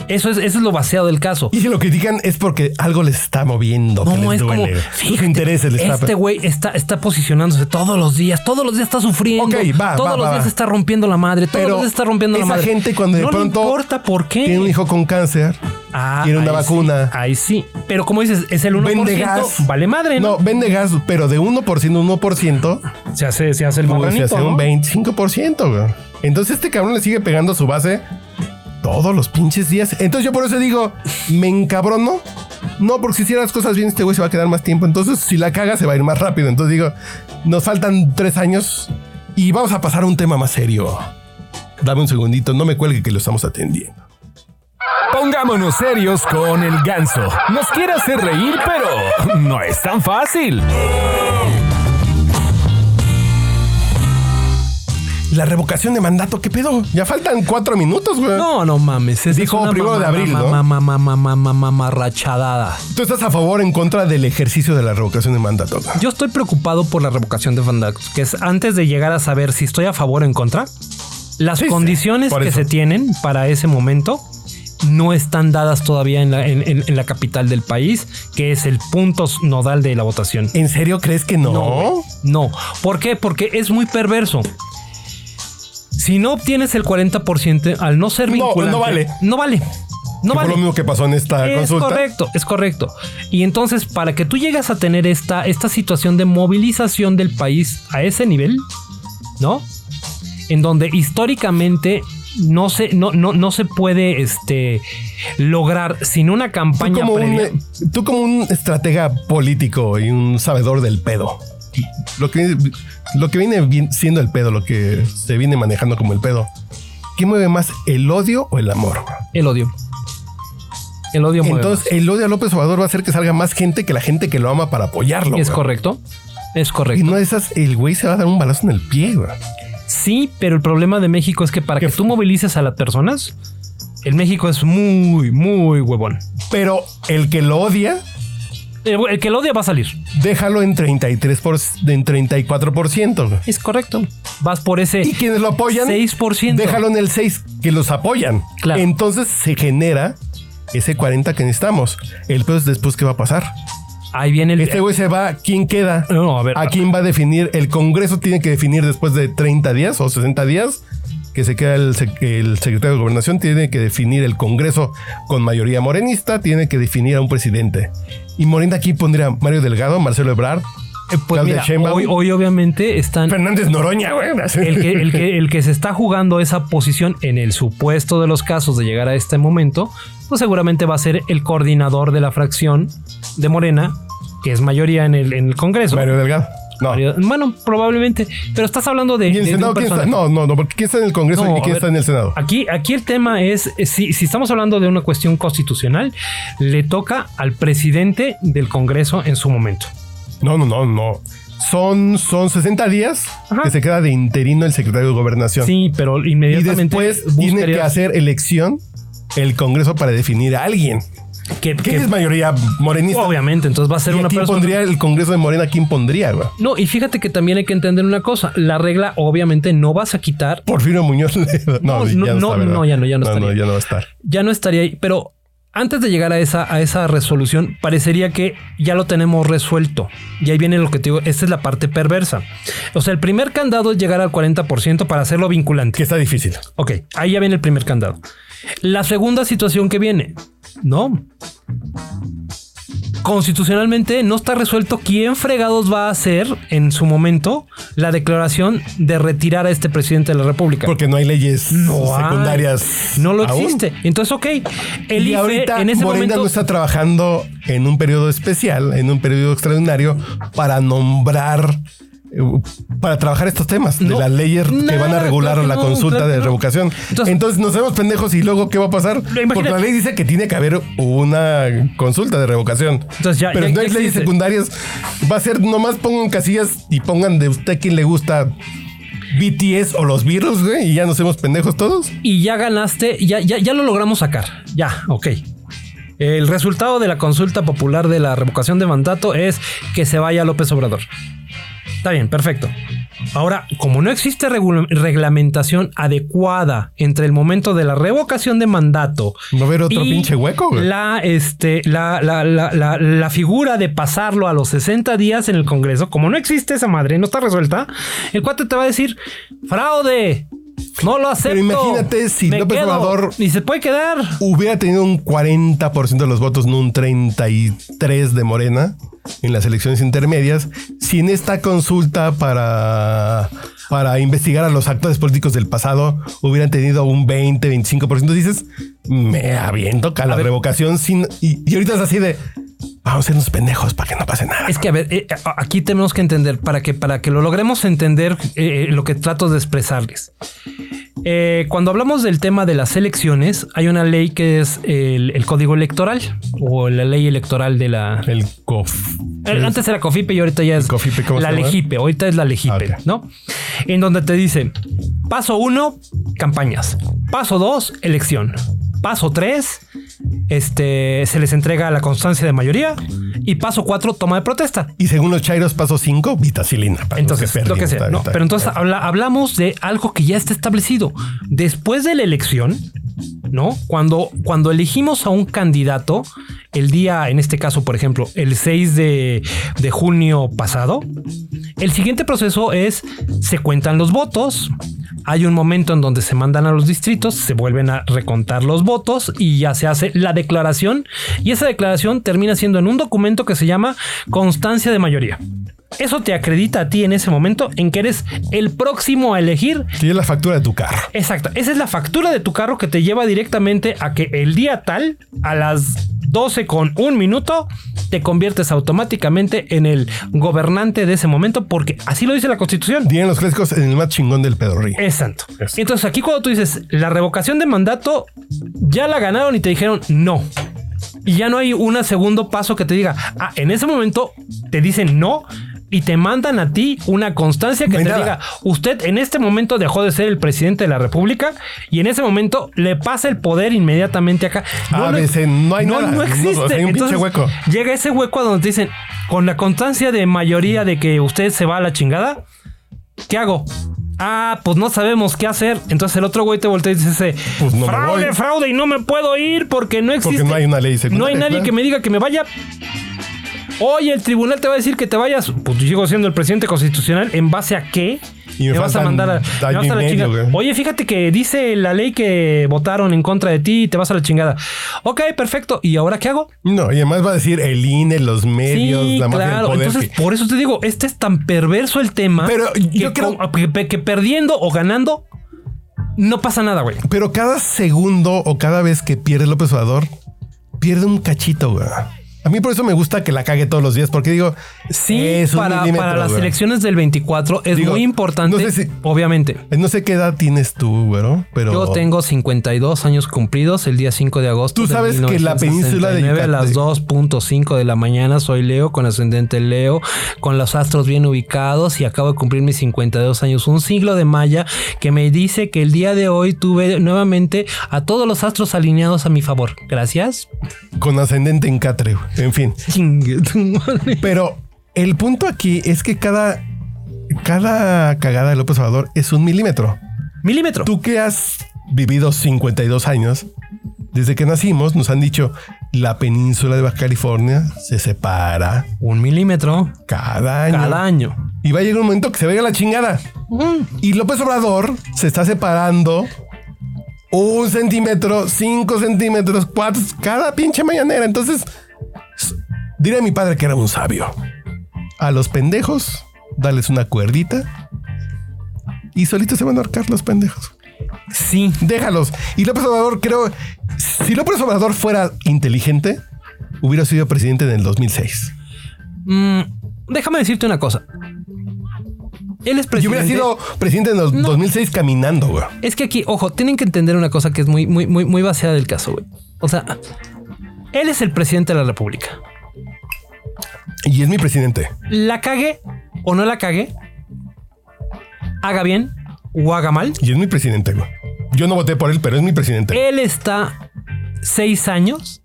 [SPEAKER 3] Eso es, eso es lo vaciado del caso.
[SPEAKER 2] Y si lo critican es porque algo les está moviendo, que
[SPEAKER 3] No,
[SPEAKER 2] les
[SPEAKER 3] es como,
[SPEAKER 2] duele. Sus
[SPEAKER 3] fíjate,
[SPEAKER 2] intereses les
[SPEAKER 3] este
[SPEAKER 2] está...
[SPEAKER 3] güey está, está posicionándose todos los días, todos los días está sufriendo,
[SPEAKER 2] Ok, va,
[SPEAKER 3] todos
[SPEAKER 2] va,
[SPEAKER 3] los
[SPEAKER 2] va,
[SPEAKER 3] días
[SPEAKER 2] va.
[SPEAKER 3] está rompiendo la madre, todos
[SPEAKER 2] Pero
[SPEAKER 3] los días está rompiendo la
[SPEAKER 2] esa
[SPEAKER 3] madre.
[SPEAKER 2] gente cuando de
[SPEAKER 3] no
[SPEAKER 2] pronto
[SPEAKER 3] le importa por qué.
[SPEAKER 2] Tiene un hijo con cáncer,
[SPEAKER 3] Ah,
[SPEAKER 2] tiene una
[SPEAKER 3] ahí sí,
[SPEAKER 2] vacuna.
[SPEAKER 3] ahí sí. Pero como dices, es el 1%.
[SPEAKER 2] vende gas.
[SPEAKER 3] Vale madre, ¿no?
[SPEAKER 2] No, vende gas, pero de 1%, 1%,
[SPEAKER 3] Se, hace, se hace el
[SPEAKER 2] Pues se
[SPEAKER 3] marranito,
[SPEAKER 2] hace
[SPEAKER 3] ¿no?
[SPEAKER 2] un 25%. güey. Entonces este cabrón le sigue pegando a su base todos los pinches días. Entonces yo por eso digo, me encabrono. No, porque si hiciera las cosas bien, este güey se va a quedar más tiempo. Entonces, si la caga, se va a ir más rápido. Entonces digo, nos faltan tres años y vamos a pasar a un tema más serio. Dame un segundito, no me cuelgue que lo estamos atendiendo.
[SPEAKER 1] Pongámonos serios con el ganso. Nos quiere hacer reír, pero no es tan fácil.
[SPEAKER 2] La revocación de mandato, ¿qué pedo? Ya faltan cuatro minutos, güey.
[SPEAKER 3] No, no mames. esa
[SPEAKER 2] Dijo
[SPEAKER 3] es una
[SPEAKER 2] primero de
[SPEAKER 3] mamá-
[SPEAKER 2] abril,
[SPEAKER 3] mamá-
[SPEAKER 2] ¿no?
[SPEAKER 3] mamá- mamá- mamá- mamá- rachadada.
[SPEAKER 2] ¿Tú estás a favor o en contra del ejercicio de la revocación de mandato? güey?
[SPEAKER 3] Yo estoy preocupado por la revocación de mandatos, que es antes de llegar a saber si estoy a favor o en contra. Las
[SPEAKER 2] Sí, sí,
[SPEAKER 3] condiciones
[SPEAKER 2] por
[SPEAKER 3] que
[SPEAKER 2] eso.
[SPEAKER 3] se tienen para ese momento no están dadas todavía en la, en- en- en la capital del país, que es el punto nodal de la votación.
[SPEAKER 2] ¿En serio crees que no?
[SPEAKER 3] güey, no. ¿Por qué? Porque es muy perverso. Si no obtienes el 40%, al no ser
[SPEAKER 2] No,
[SPEAKER 3] vinculante...
[SPEAKER 2] no vale.
[SPEAKER 3] No vale. No
[SPEAKER 2] Que
[SPEAKER 3] vale.
[SPEAKER 2] fue lo mismo que pasó en esta
[SPEAKER 3] Es
[SPEAKER 2] consulta.
[SPEAKER 3] correcto, es correcto. Y entonces, para que tú llegas a tener esta, esta situación de movilización del país a ese nivel, ¿no? En donde históricamente no se, no, no, no se puede este, lograr sin una
[SPEAKER 2] Tú
[SPEAKER 3] campaña
[SPEAKER 2] como, un,
[SPEAKER 3] previa.
[SPEAKER 2] eh, tú como un estratega político y un sabedor del pedo. Lo que, lo que viene vi- siendo el pedo, lo que se viene manejando como el pedo. ¿Qué mueve más, el odio o el amor?
[SPEAKER 3] El odio. El odio mueve
[SPEAKER 2] Entonces, el odio a López Obrador va a hacer que salga más gente que la gente que lo ama para apoyarlo.
[SPEAKER 3] más. Es
[SPEAKER 2] güey.
[SPEAKER 3] correcto. Es
[SPEAKER 2] Y
[SPEAKER 3] correcto.
[SPEAKER 2] no de esas, el güey se va a dar un balazo en el pie, güey.
[SPEAKER 3] Sí, pero el problema de México es que para
[SPEAKER 2] ¿Qué
[SPEAKER 3] que
[SPEAKER 2] fue?
[SPEAKER 3] tú movilices a las personas, el México es muy, muy huevón.
[SPEAKER 2] Pero el que lo odia
[SPEAKER 3] El, el que lo odia va a salir.
[SPEAKER 2] Déjalo en 33 por, en 34%. güey.
[SPEAKER 3] Es correcto. Vas por ese.
[SPEAKER 2] Y quienes lo apoyan,
[SPEAKER 3] 6%.
[SPEAKER 2] déjalo en el 6 que los apoyan.
[SPEAKER 3] Claro.
[SPEAKER 2] Entonces se genera ese 40 que necesitamos. El peor es después qué va a pasar.
[SPEAKER 3] Ahí viene el. eh,
[SPEAKER 2] Este güey se va, ¿quién queda?
[SPEAKER 3] No, a ver.
[SPEAKER 2] ¿A quién va a definir? El Congreso tiene que definir después de 30 días o 60 días que se queda el, sec- el secretario de Gobernación. Tiene que definir el Congreso con mayoría morenista. Tiene que definir a un presidente. Y Morena aquí pondría Mario Delgado, Marcelo Ebrard,
[SPEAKER 3] Eh, pues
[SPEAKER 2] Claudia
[SPEAKER 3] mira,
[SPEAKER 2] Sheinbaum.
[SPEAKER 3] hoy, hoy obviamente están.
[SPEAKER 2] Fernández Noroña, güey.
[SPEAKER 3] El que, el, que, el que se está jugando esa posición en el supuesto de los casos de llegar a este momento, pues seguramente va a ser el coordinador de la fracción de Morena, que es mayoría en el, en el Congreso.
[SPEAKER 2] Mario Delgado. No.
[SPEAKER 3] Mario- Bueno, probablemente. Pero estás hablando de.
[SPEAKER 2] ¿Y el
[SPEAKER 3] de- de un
[SPEAKER 2] Senado quién está?
[SPEAKER 3] personaje.
[SPEAKER 2] No, no, no, porque ¿quién está en el Congreso
[SPEAKER 3] No,
[SPEAKER 2] y
[SPEAKER 3] a
[SPEAKER 2] quién
[SPEAKER 3] ver.
[SPEAKER 2] está en el Senado?
[SPEAKER 3] Aquí, aquí el tema es, eh, si, si estamos hablando de una cuestión constitucional, le toca al presidente del Congreso en su momento.
[SPEAKER 2] No, no, no, no. Son, son 60 días
[SPEAKER 3] Ajá.
[SPEAKER 2] que se queda de interino el secretario de Gobernación.
[SPEAKER 3] Sí, pero
[SPEAKER 2] y
[SPEAKER 3] inmediatamente
[SPEAKER 2] después tiene que
[SPEAKER 3] buscarías
[SPEAKER 2] hacer elección el Congreso para definir a alguien.
[SPEAKER 3] que-
[SPEAKER 2] ¿Qué
[SPEAKER 3] que- pues,
[SPEAKER 2] es mayoría morenista?
[SPEAKER 3] obviamente, entonces va a ser
[SPEAKER 2] ¿Y a
[SPEAKER 3] una
[SPEAKER 2] quién
[SPEAKER 3] persona.
[SPEAKER 2] pondría el Congreso de Morena? ¿A ¿Quién pondría, güey?
[SPEAKER 3] No, y fíjate que también hay que entender una cosa. La regla, obviamente, no vas a quitar.
[SPEAKER 2] Porfirio Muñoz. Ledo.
[SPEAKER 3] No,
[SPEAKER 2] No, sí, ya no,
[SPEAKER 3] no,
[SPEAKER 2] está, ¿verdad?
[SPEAKER 3] no, ya no, ya no
[SPEAKER 2] No,
[SPEAKER 3] estaría.
[SPEAKER 2] ya no va a estar.
[SPEAKER 3] Ya no estaría ahí. Pero antes de llegar a esa, a esa resolución, parecería que ya lo tenemos resuelto. Y ahí viene lo que te digo. Esta es la parte perversa. O sea, el primer candado es llegar al 40% para hacerlo vinculante.
[SPEAKER 2] Que está difícil.
[SPEAKER 3] Ok, ahí ya viene el primer candado. La segunda situación que viene, no. Constitucionalmente no está resuelto quién fregados va a hacer en su momento la declaración de retirar a este presidente de la República.
[SPEAKER 2] Porque no hay leyes
[SPEAKER 3] hay.
[SPEAKER 2] secundarias.
[SPEAKER 3] no lo
[SPEAKER 2] aún.
[SPEAKER 3] existe. Entonces, ok, el
[SPEAKER 2] y
[SPEAKER 3] IFE
[SPEAKER 2] ahorita
[SPEAKER 3] en ese
[SPEAKER 2] Morena
[SPEAKER 3] momento
[SPEAKER 2] no está trabajando en un periodo especial, en un periodo extraordinario para nombrar, eh, para trabajar estos temas de
[SPEAKER 3] No.
[SPEAKER 2] las leyes que
[SPEAKER 3] Nada,
[SPEAKER 2] van a regular
[SPEAKER 3] claro que
[SPEAKER 2] la
[SPEAKER 3] no,
[SPEAKER 2] consulta
[SPEAKER 3] claro que
[SPEAKER 2] de
[SPEAKER 3] no.
[SPEAKER 2] revocación. Entonces,
[SPEAKER 3] Entonces-
[SPEAKER 2] nos hacemos pendejos y luego ¿qué va a pasar?
[SPEAKER 3] Imagínate.
[SPEAKER 2] Porque la ley dice que tiene que haber una consulta de revocación.
[SPEAKER 3] Entonces, ya-
[SPEAKER 2] Pero
[SPEAKER 3] ya-
[SPEAKER 2] no hay
[SPEAKER 3] ya
[SPEAKER 2] leyes
[SPEAKER 3] existe.
[SPEAKER 2] secundarias. Va a ser nomás pongan casillas y pongan de usted quien le gusta BTS o los virus, güey, y ya nos hacemos pendejos todos.
[SPEAKER 3] y ya ganaste, ya, ya, ya lo logramos sacar. Ya, ok. El resultado de la consulta popular de la revocación de mandato es que se vaya López Obrador. Está bien, perfecto. Ahora, como no existe regula- reglamentación adecuada entre el momento de la revocación de mandato
[SPEAKER 2] Va a haber otro pinche hueco, güey.
[SPEAKER 3] la, este, la, la, la, la, la figura de pasarlo a los 60 días en el Congreso, como no existe esa madre, no está resuelta, el cuate te va a decir, fraude, no lo acepto.
[SPEAKER 2] imagínate si
[SPEAKER 3] me
[SPEAKER 2] López
[SPEAKER 3] quedo".
[SPEAKER 2] Obrador-
[SPEAKER 3] Ni se puede quedar.
[SPEAKER 2] hubiera tenido un 40% de los votos, no un 33% de Morena en las elecciones intermedias, sin esta consulta para, para investigar a los actores políticos del pasado, hubieran tenido un 20, 25%. Dices, me aviento a la
[SPEAKER 3] ver.
[SPEAKER 2] revocación sin. Y, y ahorita es así de. Vamos a hacernos pendejos para que no pase nada.
[SPEAKER 3] Es que a ver, eh, a- aquí tenemos que entender para que para que lo logremos entender eh, eh, lo que trato de expresarles. Eh, cuando hablamos del tema de las elecciones, hay una ley que es el, el código electoral o la ley electoral de la,
[SPEAKER 2] El cof.
[SPEAKER 3] Eh, Antes era Cofipe y ahorita ya es
[SPEAKER 2] Cofipe, ¿cómo se
[SPEAKER 3] la
[SPEAKER 2] llama?
[SPEAKER 3] Legipe. Ahorita es la Legipe,
[SPEAKER 2] Ah, ok.
[SPEAKER 3] ¿no? En donde te dice paso uno, campañas. Paso dos, elección. Paso tres, este, se les entrega la constancia de mayoría. Y paso cuatro, toma de protesta.
[SPEAKER 2] Y según los Chairos, paso 5, vitacilina. para los
[SPEAKER 3] Entonces,
[SPEAKER 2] perdieron.
[SPEAKER 3] lo que sea.
[SPEAKER 2] Está bien,
[SPEAKER 3] ¿no?
[SPEAKER 2] está bien.
[SPEAKER 3] Pero entonces habla- hablamos de algo que ya está establecido. Después de la elección, ¿no? Cuando, cuando elegimos a un candidato, el día, en este caso, por ejemplo, el 6 de, de junio pasado, el siguiente proceso es, se cuentan los votos. Hay un momento en donde se mandan a los distritos, se vuelven a recontar los votos y ya se hace la declaración. Y esa declaración termina siendo en un documento que se llama constancia de mayoría. Eso te acredita a ti en ese momento en que eres el próximo a elegir
[SPEAKER 2] Tienes la factura de tu carro.
[SPEAKER 3] Exacto. Esa es la factura de tu carro que te lleva directamente a que el día tal, a las 12 con un minuto, te conviertes automáticamente en el gobernante de ese momento, porque así lo dice la constitución.
[SPEAKER 2] Tienen los clásicos en el más chingón del pedorrí.
[SPEAKER 3] Es santo.
[SPEAKER 2] Exacto.
[SPEAKER 3] Entonces aquí cuando tú dices la revocación de mandato, ya la ganaron y te dijeron no. Y ya no hay un segundo paso que te diga, ah, en ese momento te dicen no, y te mandan a ti una constancia que
[SPEAKER 2] No hay
[SPEAKER 3] te
[SPEAKER 2] nada.
[SPEAKER 3] diga, usted en este momento dejó de ser el presidente de la República y en ese momento le pasa el poder inmediatamente acá.
[SPEAKER 2] A veces Ah, no hay nada.
[SPEAKER 3] No
[SPEAKER 2] No,
[SPEAKER 3] existe.
[SPEAKER 2] o sea, hay un pinche
[SPEAKER 3] Entonces,
[SPEAKER 2] hueco.
[SPEAKER 3] Llega ese hueco a donde te dicen, con la constancia de mayoría de que usted se va a la chingada, ¿qué hago? Ah, pues no sabemos qué hacer. Entonces el otro güey te voltea y dice,
[SPEAKER 2] Pues no me
[SPEAKER 3] fraude,
[SPEAKER 2] voy".
[SPEAKER 3] fraude, y no me puedo ir porque no existe.
[SPEAKER 2] Porque no hay una ley secundaria.
[SPEAKER 3] No hay nadie
[SPEAKER 2] claro.
[SPEAKER 3] que me diga que me vaya. Oye, el tribunal te va a decir que te vayas. Pues yo sigo siendo el presidente constitucional. ¿En base a qué?
[SPEAKER 2] Y me
[SPEAKER 3] Te vas a
[SPEAKER 2] faltan
[SPEAKER 3] mandar a,
[SPEAKER 2] año
[SPEAKER 3] me vas
[SPEAKER 2] y
[SPEAKER 3] a la
[SPEAKER 2] medio,
[SPEAKER 3] chingada.
[SPEAKER 2] güey.
[SPEAKER 3] Oye, fíjate que dice la ley que votaron en contra de ti y te vas a la chingada. Ok, perfecto. ¿Y ahora qué hago?
[SPEAKER 2] No, y además va a decir el INE, los medios,
[SPEAKER 3] sí,
[SPEAKER 2] la mafia del
[SPEAKER 3] claro.
[SPEAKER 2] poder.
[SPEAKER 3] Entonces,
[SPEAKER 2] que-
[SPEAKER 3] por eso te digo, este es tan perverso el tema.
[SPEAKER 2] Pero yo
[SPEAKER 3] que,
[SPEAKER 2] creo-
[SPEAKER 3] con- que- que perdiendo o ganando, no pasa nada, güey.
[SPEAKER 2] Pero cada segundo o cada vez que pierde López Obrador, pierde un cachito, güey. A mí por eso me gusta que la cague todos los días, porque digo,
[SPEAKER 3] Sí,
[SPEAKER 2] es un
[SPEAKER 3] para,
[SPEAKER 2] milímetro,
[SPEAKER 3] para las
[SPEAKER 2] güey.
[SPEAKER 3] elecciones del 24 es
[SPEAKER 2] Digo,
[SPEAKER 3] muy importante,
[SPEAKER 2] no sé si-
[SPEAKER 3] obviamente.
[SPEAKER 2] Eh, No sé qué edad tienes tú, güero, pero.
[SPEAKER 3] Yo tengo 52 años cumplidos el día 5 de agosto.
[SPEAKER 2] Tú
[SPEAKER 3] de
[SPEAKER 2] sabes que la península de
[SPEAKER 3] 1969,
[SPEAKER 2] Yucatán-
[SPEAKER 3] A las 2.5 de la mañana soy Leo, con ascendente Leo, con los astros bien ubicados y acabo de cumplir mis 52 años. Un siglo de Maya que me dice que el día de hoy tuve nuevamente a todos los astros alineados a mi favor. Gracias.
[SPEAKER 2] Con ascendente en Catre, güey. en fin.
[SPEAKER 3] Chingue tu madre.
[SPEAKER 2] Pero el punto aquí es que cada, cada cagada de López Obrador es un milímetro.
[SPEAKER 3] Milímetro.
[SPEAKER 2] Tú que has vivido 52 años, desde que nacimos nos han dicho la península de Baja California se separa
[SPEAKER 3] Un milímetro
[SPEAKER 2] cada año.
[SPEAKER 3] cada año.
[SPEAKER 2] Y va a llegar un momento que se vaya la chingada. Y López Obrador se está separando un centímetro, cinco centímetros, cuatro, cada pinche mañanera. Entonces, s- diré a mi padre que era un sabio. A los pendejos, dales una cuerdita y solitos se van a ahorcar los pendejos.
[SPEAKER 3] Sí.
[SPEAKER 2] Déjalos. Y López Obrador, creo, si López Obrador fuera inteligente, hubiera sido presidente en el 2006.
[SPEAKER 3] Mm, déjame decirte una cosa. Él es
[SPEAKER 2] Y
[SPEAKER 3] presidente.
[SPEAKER 2] hubiera sido presidente en el 2006 caminando, güey.
[SPEAKER 3] Es que aquí, ojo, tienen que entender una cosa que es muy, muy, muy, muy vaciada del caso, güey. O sea, él es el presidente de la República.
[SPEAKER 2] Y es mi presidente.
[SPEAKER 3] La cague o no la cague, haga bien o haga mal.
[SPEAKER 2] Y es mi presidente, güey. Yo no voté por él, pero es mi presidente.
[SPEAKER 3] Él está seis años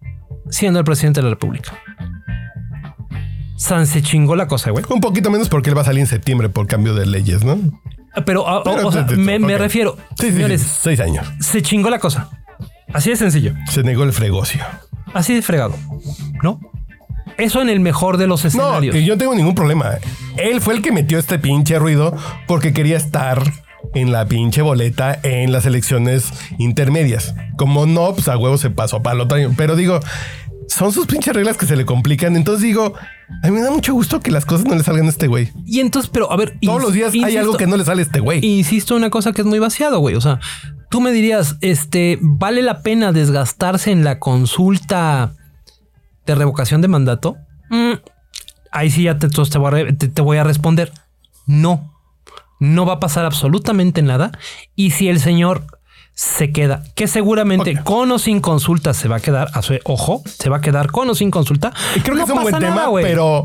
[SPEAKER 3] siendo el presidente de la República. San se chingó la cosa, güey.
[SPEAKER 2] Un poquito menos porque él va a salir en septiembre por cambio de leyes, ¿no?
[SPEAKER 3] Pero, Oh, ah, o- o-
[SPEAKER 2] Pero,
[SPEAKER 3] o sea,
[SPEAKER 2] te- te-
[SPEAKER 3] me, me
[SPEAKER 2] ok.
[SPEAKER 3] refiero,
[SPEAKER 2] Sí, sí,
[SPEAKER 3] señores,
[SPEAKER 2] sí, seis años.
[SPEAKER 3] se chingó la cosa. Así de sencillo.
[SPEAKER 2] Se negó el fregocio.
[SPEAKER 3] Así de fregado. ¿No? Eso en el mejor de los
[SPEAKER 2] No,
[SPEAKER 3] escenarios.
[SPEAKER 2] que yo no tengo ningún problema. ¿eh? Él fue el que metió este pinche ruido porque quería estar en la pinche boleta en las elecciones intermedias. Como no, pues a huevo se pasó para el otro año. Pero digo, son sus pinches reglas que se le complican. Entonces digo, a mí me da mucho gusto que las cosas no le salgan a este güey.
[SPEAKER 3] Y entonces, pero a ver.
[SPEAKER 2] Todos
[SPEAKER 3] ins-
[SPEAKER 2] los días hay
[SPEAKER 3] insisto-
[SPEAKER 2] algo que no le sale a este güey.
[SPEAKER 3] Insisto, una cosa que es muy vaciado, güey. O sea, tú me dirías, este, ¿vale la pena desgastarse en la consulta de revocación de mandato? Mm, ahí sí ya te, entonces te voy a re- te- te voy a responder. No. No va a pasar absolutamente nada. Y si el señor se queda, que seguramente
[SPEAKER 2] Ok.
[SPEAKER 3] con o sin consulta se va a quedar, a su, ojo, se va a quedar con o sin consulta.
[SPEAKER 2] Creo que
[SPEAKER 3] No
[SPEAKER 2] es un
[SPEAKER 3] pasa
[SPEAKER 2] buen
[SPEAKER 3] nada,
[SPEAKER 2] tema,
[SPEAKER 3] güey.
[SPEAKER 2] pero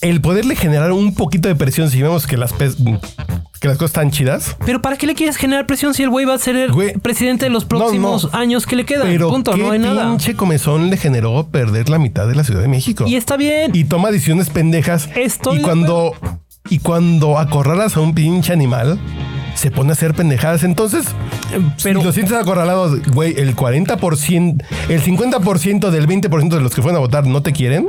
[SPEAKER 2] el poderle generar un poquito de presión si vemos que las, pes- que las cosas están chidas.
[SPEAKER 3] Pero ¿para qué le quieres generar presión si el güey va a ser el
[SPEAKER 2] Güey,
[SPEAKER 3] presidente de los
[SPEAKER 2] no,
[SPEAKER 3] próximos
[SPEAKER 2] no.
[SPEAKER 3] años que le quedan?
[SPEAKER 2] Pero
[SPEAKER 3] Punto,
[SPEAKER 2] qué
[SPEAKER 3] no hay nada.
[SPEAKER 2] pinche comezón le generó perder la mitad de la Ciudad de México.
[SPEAKER 3] Y está bien.
[SPEAKER 2] Y toma decisiones pendejas.
[SPEAKER 3] Estoy
[SPEAKER 2] y
[SPEAKER 3] de
[SPEAKER 2] cuando y cuando acorralas a un pinche animal, se pone a hacer pendejadas. Entonces,
[SPEAKER 3] pero-
[SPEAKER 2] si lo sientes acorralado, güey, el 40%, el 50% del 20% de los que fueron a votar no te quieren.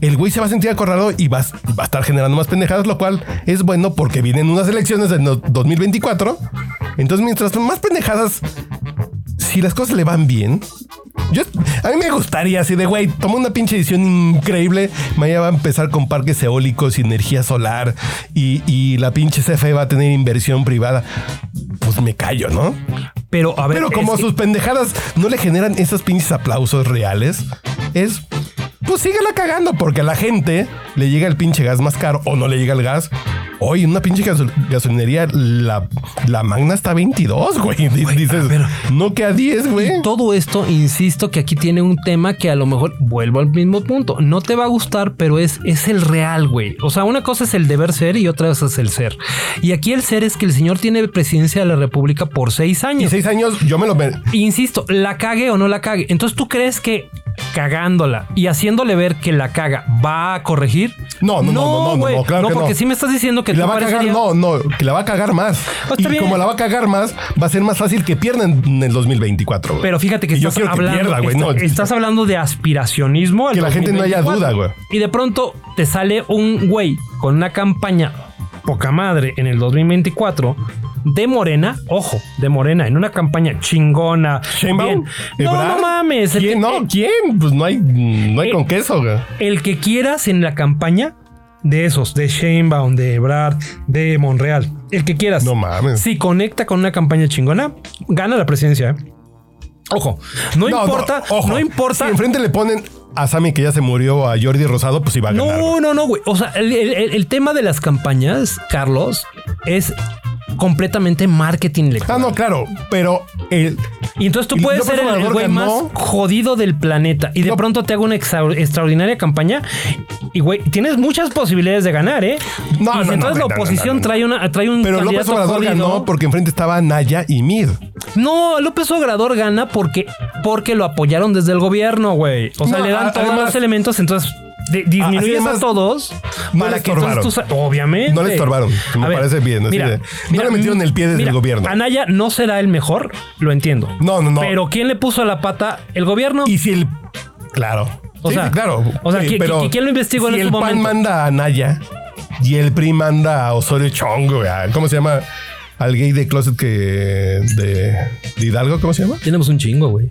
[SPEAKER 2] El güey se va a sentir acorralado y vas- va, a estar generando más pendejadas, lo cual es bueno porque vienen unas elecciones en el 2024. Entonces, mientras más pendejadas, si las cosas le van bien, yo, a mí me gustaría así de, güey, toma una pinche edición increíble. Mañana va a empezar con parques eólicos y energía solar. Y, y la pinche CFE va a tener inversión privada. Pues me callo, ¿no?
[SPEAKER 3] Pero a ver.
[SPEAKER 2] Pero como
[SPEAKER 3] Pues, es que-
[SPEAKER 2] sus pendejadas no le generan esos pinches aplausos reales, es... Pues síguela cagando porque a la gente le llega el pinche gas más caro o no le llega el gas Hoy en una pinche gasol- gasolinería, la, la magna está a 22, güey. Di- Dices,
[SPEAKER 4] ver.
[SPEAKER 2] no que a 10, güey.
[SPEAKER 3] Y todo esto, insisto, que aquí tiene un tema que a lo mejor vuelvo al mismo punto. No te va a gustar, pero es, es el real, güey. O sea, una cosa es el deber ser y otra cosa es el ser. Y aquí el ser es que el señor tiene presidencia de la República por seis
[SPEAKER 2] Y
[SPEAKER 3] años.
[SPEAKER 2] seis años, yo me lo. me-
[SPEAKER 3] Insisto, la cague o no la cague. Entonces tú crees que cagándola y haciéndole ver que la caga va a corregir.
[SPEAKER 2] No, no, no, no, no, no,
[SPEAKER 3] güey.
[SPEAKER 2] no, claro que
[SPEAKER 3] porque
[SPEAKER 2] no.
[SPEAKER 3] si me estás diciendo que
[SPEAKER 2] Que la
[SPEAKER 3] tú
[SPEAKER 2] va a cagar,
[SPEAKER 3] parecería-
[SPEAKER 2] no, no, que la va a cagar más.
[SPEAKER 3] Pues
[SPEAKER 2] y
[SPEAKER 3] está bien.
[SPEAKER 2] como la va a cagar más, va a ser más fácil que pierdan en el 2024. güey.
[SPEAKER 3] Pero fíjate que
[SPEAKER 2] Y yo
[SPEAKER 3] estás
[SPEAKER 2] quiero que
[SPEAKER 3] hablando,
[SPEAKER 2] pierda, güey,
[SPEAKER 3] está-
[SPEAKER 2] no.
[SPEAKER 3] estás hablando de aspiracionismo. al
[SPEAKER 2] Que la gente no haya
[SPEAKER 3] 2024.
[SPEAKER 2] duda, güey.
[SPEAKER 3] Y de pronto te sale un güey con una campaña poca madre en el 2024 de Morena, ojo, de Morena, en una campaña chingona.
[SPEAKER 2] Sheinbaum,
[SPEAKER 3] bien. No,
[SPEAKER 2] Ebrard,
[SPEAKER 3] no mames. el
[SPEAKER 2] ¿Quién?
[SPEAKER 3] que-
[SPEAKER 2] No, ¿quién? Pues no hay, no hay
[SPEAKER 3] Eh,
[SPEAKER 2] con queso, güey.
[SPEAKER 3] El que quieras en la campaña de esos, de Sheinbaum, de Ebrard, de Monreal, el que quieras.
[SPEAKER 2] No mames.
[SPEAKER 3] Si conecta con una campaña chingona, gana la presidencia. ¿eh? Ojo, no, importa, no,
[SPEAKER 2] ojo.
[SPEAKER 3] importa.
[SPEAKER 2] Si enfrente le ponen a Sammy que ya se murió, a Jordi Rosado, pues iba a ganar. güey.
[SPEAKER 3] No, no, no, güey. O sea, el, el- el- el tema de las campañas, Carlos, es completamente marketing
[SPEAKER 2] Ah,
[SPEAKER 3] electoral.
[SPEAKER 2] no, claro, pero el,
[SPEAKER 3] Y entonces
[SPEAKER 2] Y
[SPEAKER 3] tú puedes
[SPEAKER 2] López
[SPEAKER 3] ser el- el
[SPEAKER 2] Obrador
[SPEAKER 3] güey más
[SPEAKER 2] ganó.
[SPEAKER 3] jodido del planeta y de
[SPEAKER 2] No.
[SPEAKER 3] pronto te hago una extra- extraordinaria campaña y güey, tienes muchas posibilidades de ganar, ¿eh?
[SPEAKER 2] No,
[SPEAKER 3] Y
[SPEAKER 2] no, no,
[SPEAKER 3] entonces
[SPEAKER 2] no,
[SPEAKER 3] la
[SPEAKER 2] no,
[SPEAKER 3] oposición
[SPEAKER 2] no, no.
[SPEAKER 3] trae una trae un
[SPEAKER 2] pero López
[SPEAKER 3] candidato
[SPEAKER 2] Obrador
[SPEAKER 3] jodido.
[SPEAKER 2] ganó porque enfrente estaba Naya y Mid.
[SPEAKER 3] No, López Obrador gana porque porque lo apoyaron desde el gobierno, güey. O sea,
[SPEAKER 2] No,
[SPEAKER 3] le dan
[SPEAKER 2] a-
[SPEAKER 3] todos
[SPEAKER 2] además- Ah,
[SPEAKER 3] los elementos, entonces de- disminuyes
[SPEAKER 2] además,
[SPEAKER 3] a todos
[SPEAKER 2] no le
[SPEAKER 3] para que entonces
[SPEAKER 2] estorbaron.
[SPEAKER 3] tú sa- obviamente
[SPEAKER 2] No le estorbaron, me
[SPEAKER 3] A ver,
[SPEAKER 2] parece bien, así de- no le metieron el pie desde
[SPEAKER 3] mira,
[SPEAKER 2] el gobierno.
[SPEAKER 3] Anaya no será el mejor, lo entiendo.
[SPEAKER 2] No, no, no.
[SPEAKER 3] Pero quién le puso la pata? El gobierno.
[SPEAKER 2] Y si el. Claro.
[SPEAKER 3] O
[SPEAKER 2] Sí,
[SPEAKER 3] sea,
[SPEAKER 2] sí, claro.
[SPEAKER 3] o sea,
[SPEAKER 2] Sí,
[SPEAKER 3] ¿qui- qui- quién lo investigó en
[SPEAKER 2] si
[SPEAKER 3] ese
[SPEAKER 2] el
[SPEAKER 3] momento?
[SPEAKER 2] PAN manda a Naya y el PRI manda a Osorio Chongo, ¿cómo se llama? Al gay de closet que. de, de Hidalgo, ¿cómo se llama?
[SPEAKER 3] Tenemos un chingo, güey.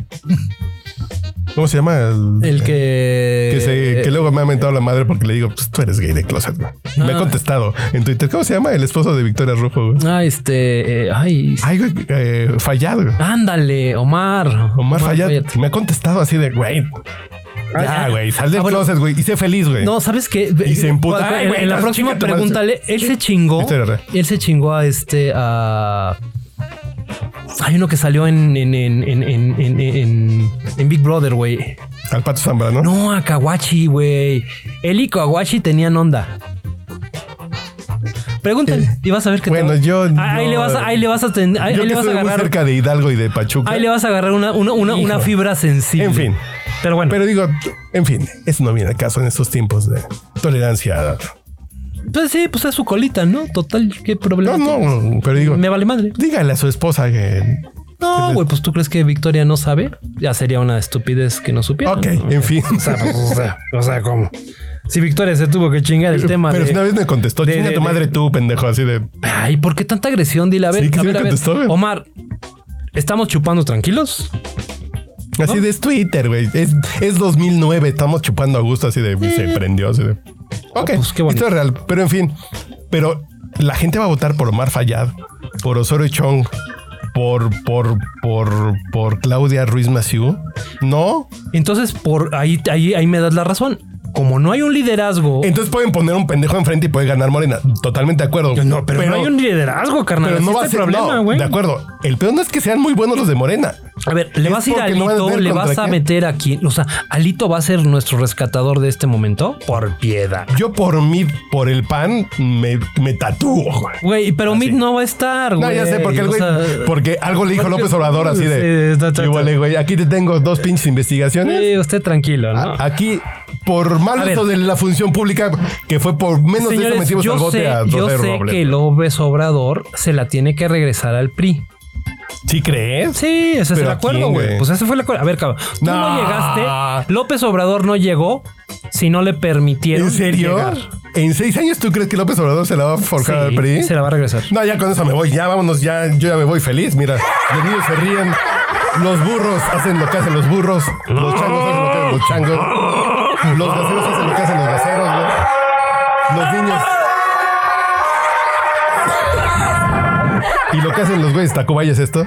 [SPEAKER 2] ¿Cómo se llama? El,
[SPEAKER 3] El que.
[SPEAKER 2] que, se- que luego me ha mentado la madre porque le digo, pues tú eres gay de closet, güey. Me ha
[SPEAKER 3] Ah.
[SPEAKER 2] contestado en Twitter. ¿Cómo se llama el esposo de Victoria Rufo, güey?
[SPEAKER 3] Ah, este. eh, ay.
[SPEAKER 2] Ay, güey, eh, fallado, güey.
[SPEAKER 3] Ándale, Omar.
[SPEAKER 2] Omar Fayad
[SPEAKER 3] Fayad.
[SPEAKER 2] me ha contestado así de, güey. Ya, güey, sal del
[SPEAKER 3] Ah, bueno.
[SPEAKER 2] closet, güey. Y sé feliz, güey.
[SPEAKER 3] No, ¿sabes qué?
[SPEAKER 2] Y se emputa.
[SPEAKER 3] En-
[SPEAKER 2] Ay,
[SPEAKER 3] En,
[SPEAKER 2] güey,
[SPEAKER 3] la
[SPEAKER 2] no,
[SPEAKER 3] próxima
[SPEAKER 2] chinga tu madre.
[SPEAKER 3] pregúntale. Él se chingó.
[SPEAKER 2] Esto era real.
[SPEAKER 3] Él se chingó a este. A... Hay uno que salió en, en, en, en, en, en, en- en Big Brother, güey.
[SPEAKER 2] Al pato Zambrano.
[SPEAKER 3] No, a Kawachi, güey. Él y Kawachi tenían onda. Pregúntale y vas a ver que
[SPEAKER 2] bueno,
[SPEAKER 3] te- Ah,
[SPEAKER 2] yo
[SPEAKER 3] Ahí
[SPEAKER 2] no-
[SPEAKER 3] le vas a, ahí le vas a, ten- ahí,
[SPEAKER 2] Yo que
[SPEAKER 3] ahí le vas a
[SPEAKER 2] estoy muy
[SPEAKER 3] agarrar.
[SPEAKER 2] cerca de Hidalgo y de Pachuca.
[SPEAKER 3] Ahí le vas a agarrar una, una, una, una
[SPEAKER 2] Hijo.
[SPEAKER 3] fibra sensible.
[SPEAKER 2] En fin.
[SPEAKER 3] Pero bueno,
[SPEAKER 2] Pero digo, en fin, eso no viene al caso en estos tiempos de tolerancia.
[SPEAKER 3] pues sí, pues es su colita, ¿no? Total, qué problema.
[SPEAKER 2] No, no, pero digo,
[SPEAKER 3] Me vale madre.
[SPEAKER 2] dígale a su esposa que.
[SPEAKER 3] No, güey, pues tú crees que Victoria no sabe. Ya sería una estupidez que no supiera.
[SPEAKER 2] Ok,
[SPEAKER 3] ¿no?
[SPEAKER 2] en fin.
[SPEAKER 4] O sea, pues, o sea, o sea, ¿cómo?
[SPEAKER 3] Si Victoria se tuvo que chingar el tema
[SPEAKER 2] pero
[SPEAKER 3] de.
[SPEAKER 2] una vez me contestó,
[SPEAKER 3] de-
[SPEAKER 2] chinga
[SPEAKER 3] de-
[SPEAKER 2] tu madre
[SPEAKER 3] de-
[SPEAKER 2] tú, pendejo, así de.
[SPEAKER 3] Ay, ¿por qué tanta agresión? Dile, a ver,
[SPEAKER 2] Sí, que
[SPEAKER 3] a
[SPEAKER 2] sí me
[SPEAKER 3] ver, a ver.
[SPEAKER 2] contestó, güey.
[SPEAKER 3] Omar, ¿estamos chupando tranquilos?
[SPEAKER 2] Así de es Twitter, güey. Es, es 2009, estamos chupando a gusto, así de se prendió, así de. Ok,
[SPEAKER 3] pues, qué bonito.
[SPEAKER 2] esto es real, pero en fin. Pero la gente va a votar por Omar Fayad, por Osorio Chong, por, por, por, por Claudia Ruiz Maciú.
[SPEAKER 3] Oh.
[SPEAKER 2] No,
[SPEAKER 3] Entonces, por ahí, ahí, ahí me das la razón. Como no hay un liderazgo.
[SPEAKER 2] entonces pueden poner un pendejo enfrente y puede ganar Morena. Totalmente de acuerdo.
[SPEAKER 3] No, pero, no hay un liderazgo, carnal.
[SPEAKER 2] pero
[SPEAKER 3] Así
[SPEAKER 2] no va a
[SPEAKER 3] está
[SPEAKER 2] ser
[SPEAKER 3] el problema,
[SPEAKER 2] no,
[SPEAKER 3] güey.
[SPEAKER 2] De acuerdo. El peor no es que sean muy buenos los de Morena.
[SPEAKER 3] A ver, le
[SPEAKER 2] Es
[SPEAKER 3] vas a ir a
[SPEAKER 2] porque no
[SPEAKER 3] Alito,
[SPEAKER 2] van a ver
[SPEAKER 3] le
[SPEAKER 2] contra
[SPEAKER 3] vas a
[SPEAKER 2] quién.
[SPEAKER 3] meter aquí. O sea, Alito va a ser nuestro rescatador de este momento por piedad.
[SPEAKER 2] Yo por mí, por el pan, me, me tatúo, güey.
[SPEAKER 3] Güey, pero Mid no va a estar,
[SPEAKER 2] Ah, No,
[SPEAKER 3] güey.
[SPEAKER 2] ya sé, porque el
[SPEAKER 3] O
[SPEAKER 2] güey.
[SPEAKER 3] sea,
[SPEAKER 2] porque algo le dijo
[SPEAKER 3] porque-
[SPEAKER 2] López Obrador así
[SPEAKER 3] Sí,
[SPEAKER 2] de.
[SPEAKER 3] está- está-
[SPEAKER 2] "Y vale, güey, aquí te tengo dos pinches investigaciones.
[SPEAKER 3] sí, usted tranquilo, ¿no?
[SPEAKER 2] A- Aquí, por
[SPEAKER 3] A
[SPEAKER 2] mal
[SPEAKER 3] ver.
[SPEAKER 2] uso de la función pública, que fue por menos de eso
[SPEAKER 3] Señores,
[SPEAKER 2] metimos al
[SPEAKER 3] yo
[SPEAKER 2] bote
[SPEAKER 3] sé,
[SPEAKER 2] a
[SPEAKER 3] yo
[SPEAKER 2] Rosario
[SPEAKER 3] sé
[SPEAKER 2] Robles.
[SPEAKER 3] que López Obrador se la tiene que regresar al PRI.
[SPEAKER 2] ¿Sí crees?
[SPEAKER 3] Sí, ese es
[SPEAKER 2] ¿Pero
[SPEAKER 3] el
[SPEAKER 2] a
[SPEAKER 3] acuerdo,
[SPEAKER 2] quién,
[SPEAKER 3] güey.
[SPEAKER 2] güey?
[SPEAKER 3] Pues ese fue el acuerdo. A ver, cabrón. Tú no.
[SPEAKER 2] Nah.
[SPEAKER 3] llegaste. López Obrador no llegó si no le permitieron.
[SPEAKER 2] ¿En serio?
[SPEAKER 3] llegar.
[SPEAKER 2] ¿En seis años tú crees que López Obrador se la va a forjar al
[SPEAKER 3] Sí,
[SPEAKER 2] PRI?
[SPEAKER 3] se la va a regresar.
[SPEAKER 2] No, ya con eso me voy. Ya vámonos, ya, yo ya me voy feliz. Mira, los niños se ríen. Los burros hacen lo que hacen los burros. Los changos hacen lo que hacen los changos. Los gaseros hacen lo que hacen los gaseros, güey. Los niños. Y lo que hacen los güeyes Tacubaya es esto.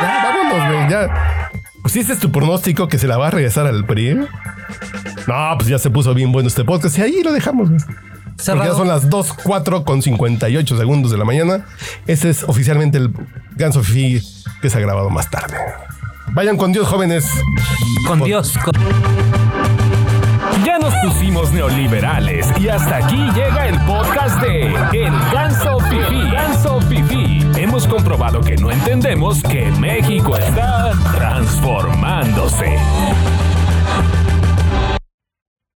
[SPEAKER 2] Ya, vámonos, güey, ya. Pues ese es tu pronóstico que se la va a regresar al PRI. No, pues ya se puso bien bueno este podcast y ahí lo dejamos, güey. Porque ya
[SPEAKER 5] Cerrado.
[SPEAKER 2] son las 2, 4 con 58 segundos de la mañana. Este es oficialmente el Ganso Fifi que se ha grabado más tarde. Vayan con Dios, jóvenes.
[SPEAKER 5] Con Dios. con-
[SPEAKER 1] Ya nos pusimos neoliberales y hasta aquí llega el podcast de El Ganso Fifi. Ganso Fifi. Hemos comprobado que no entendemos que México está transformándose.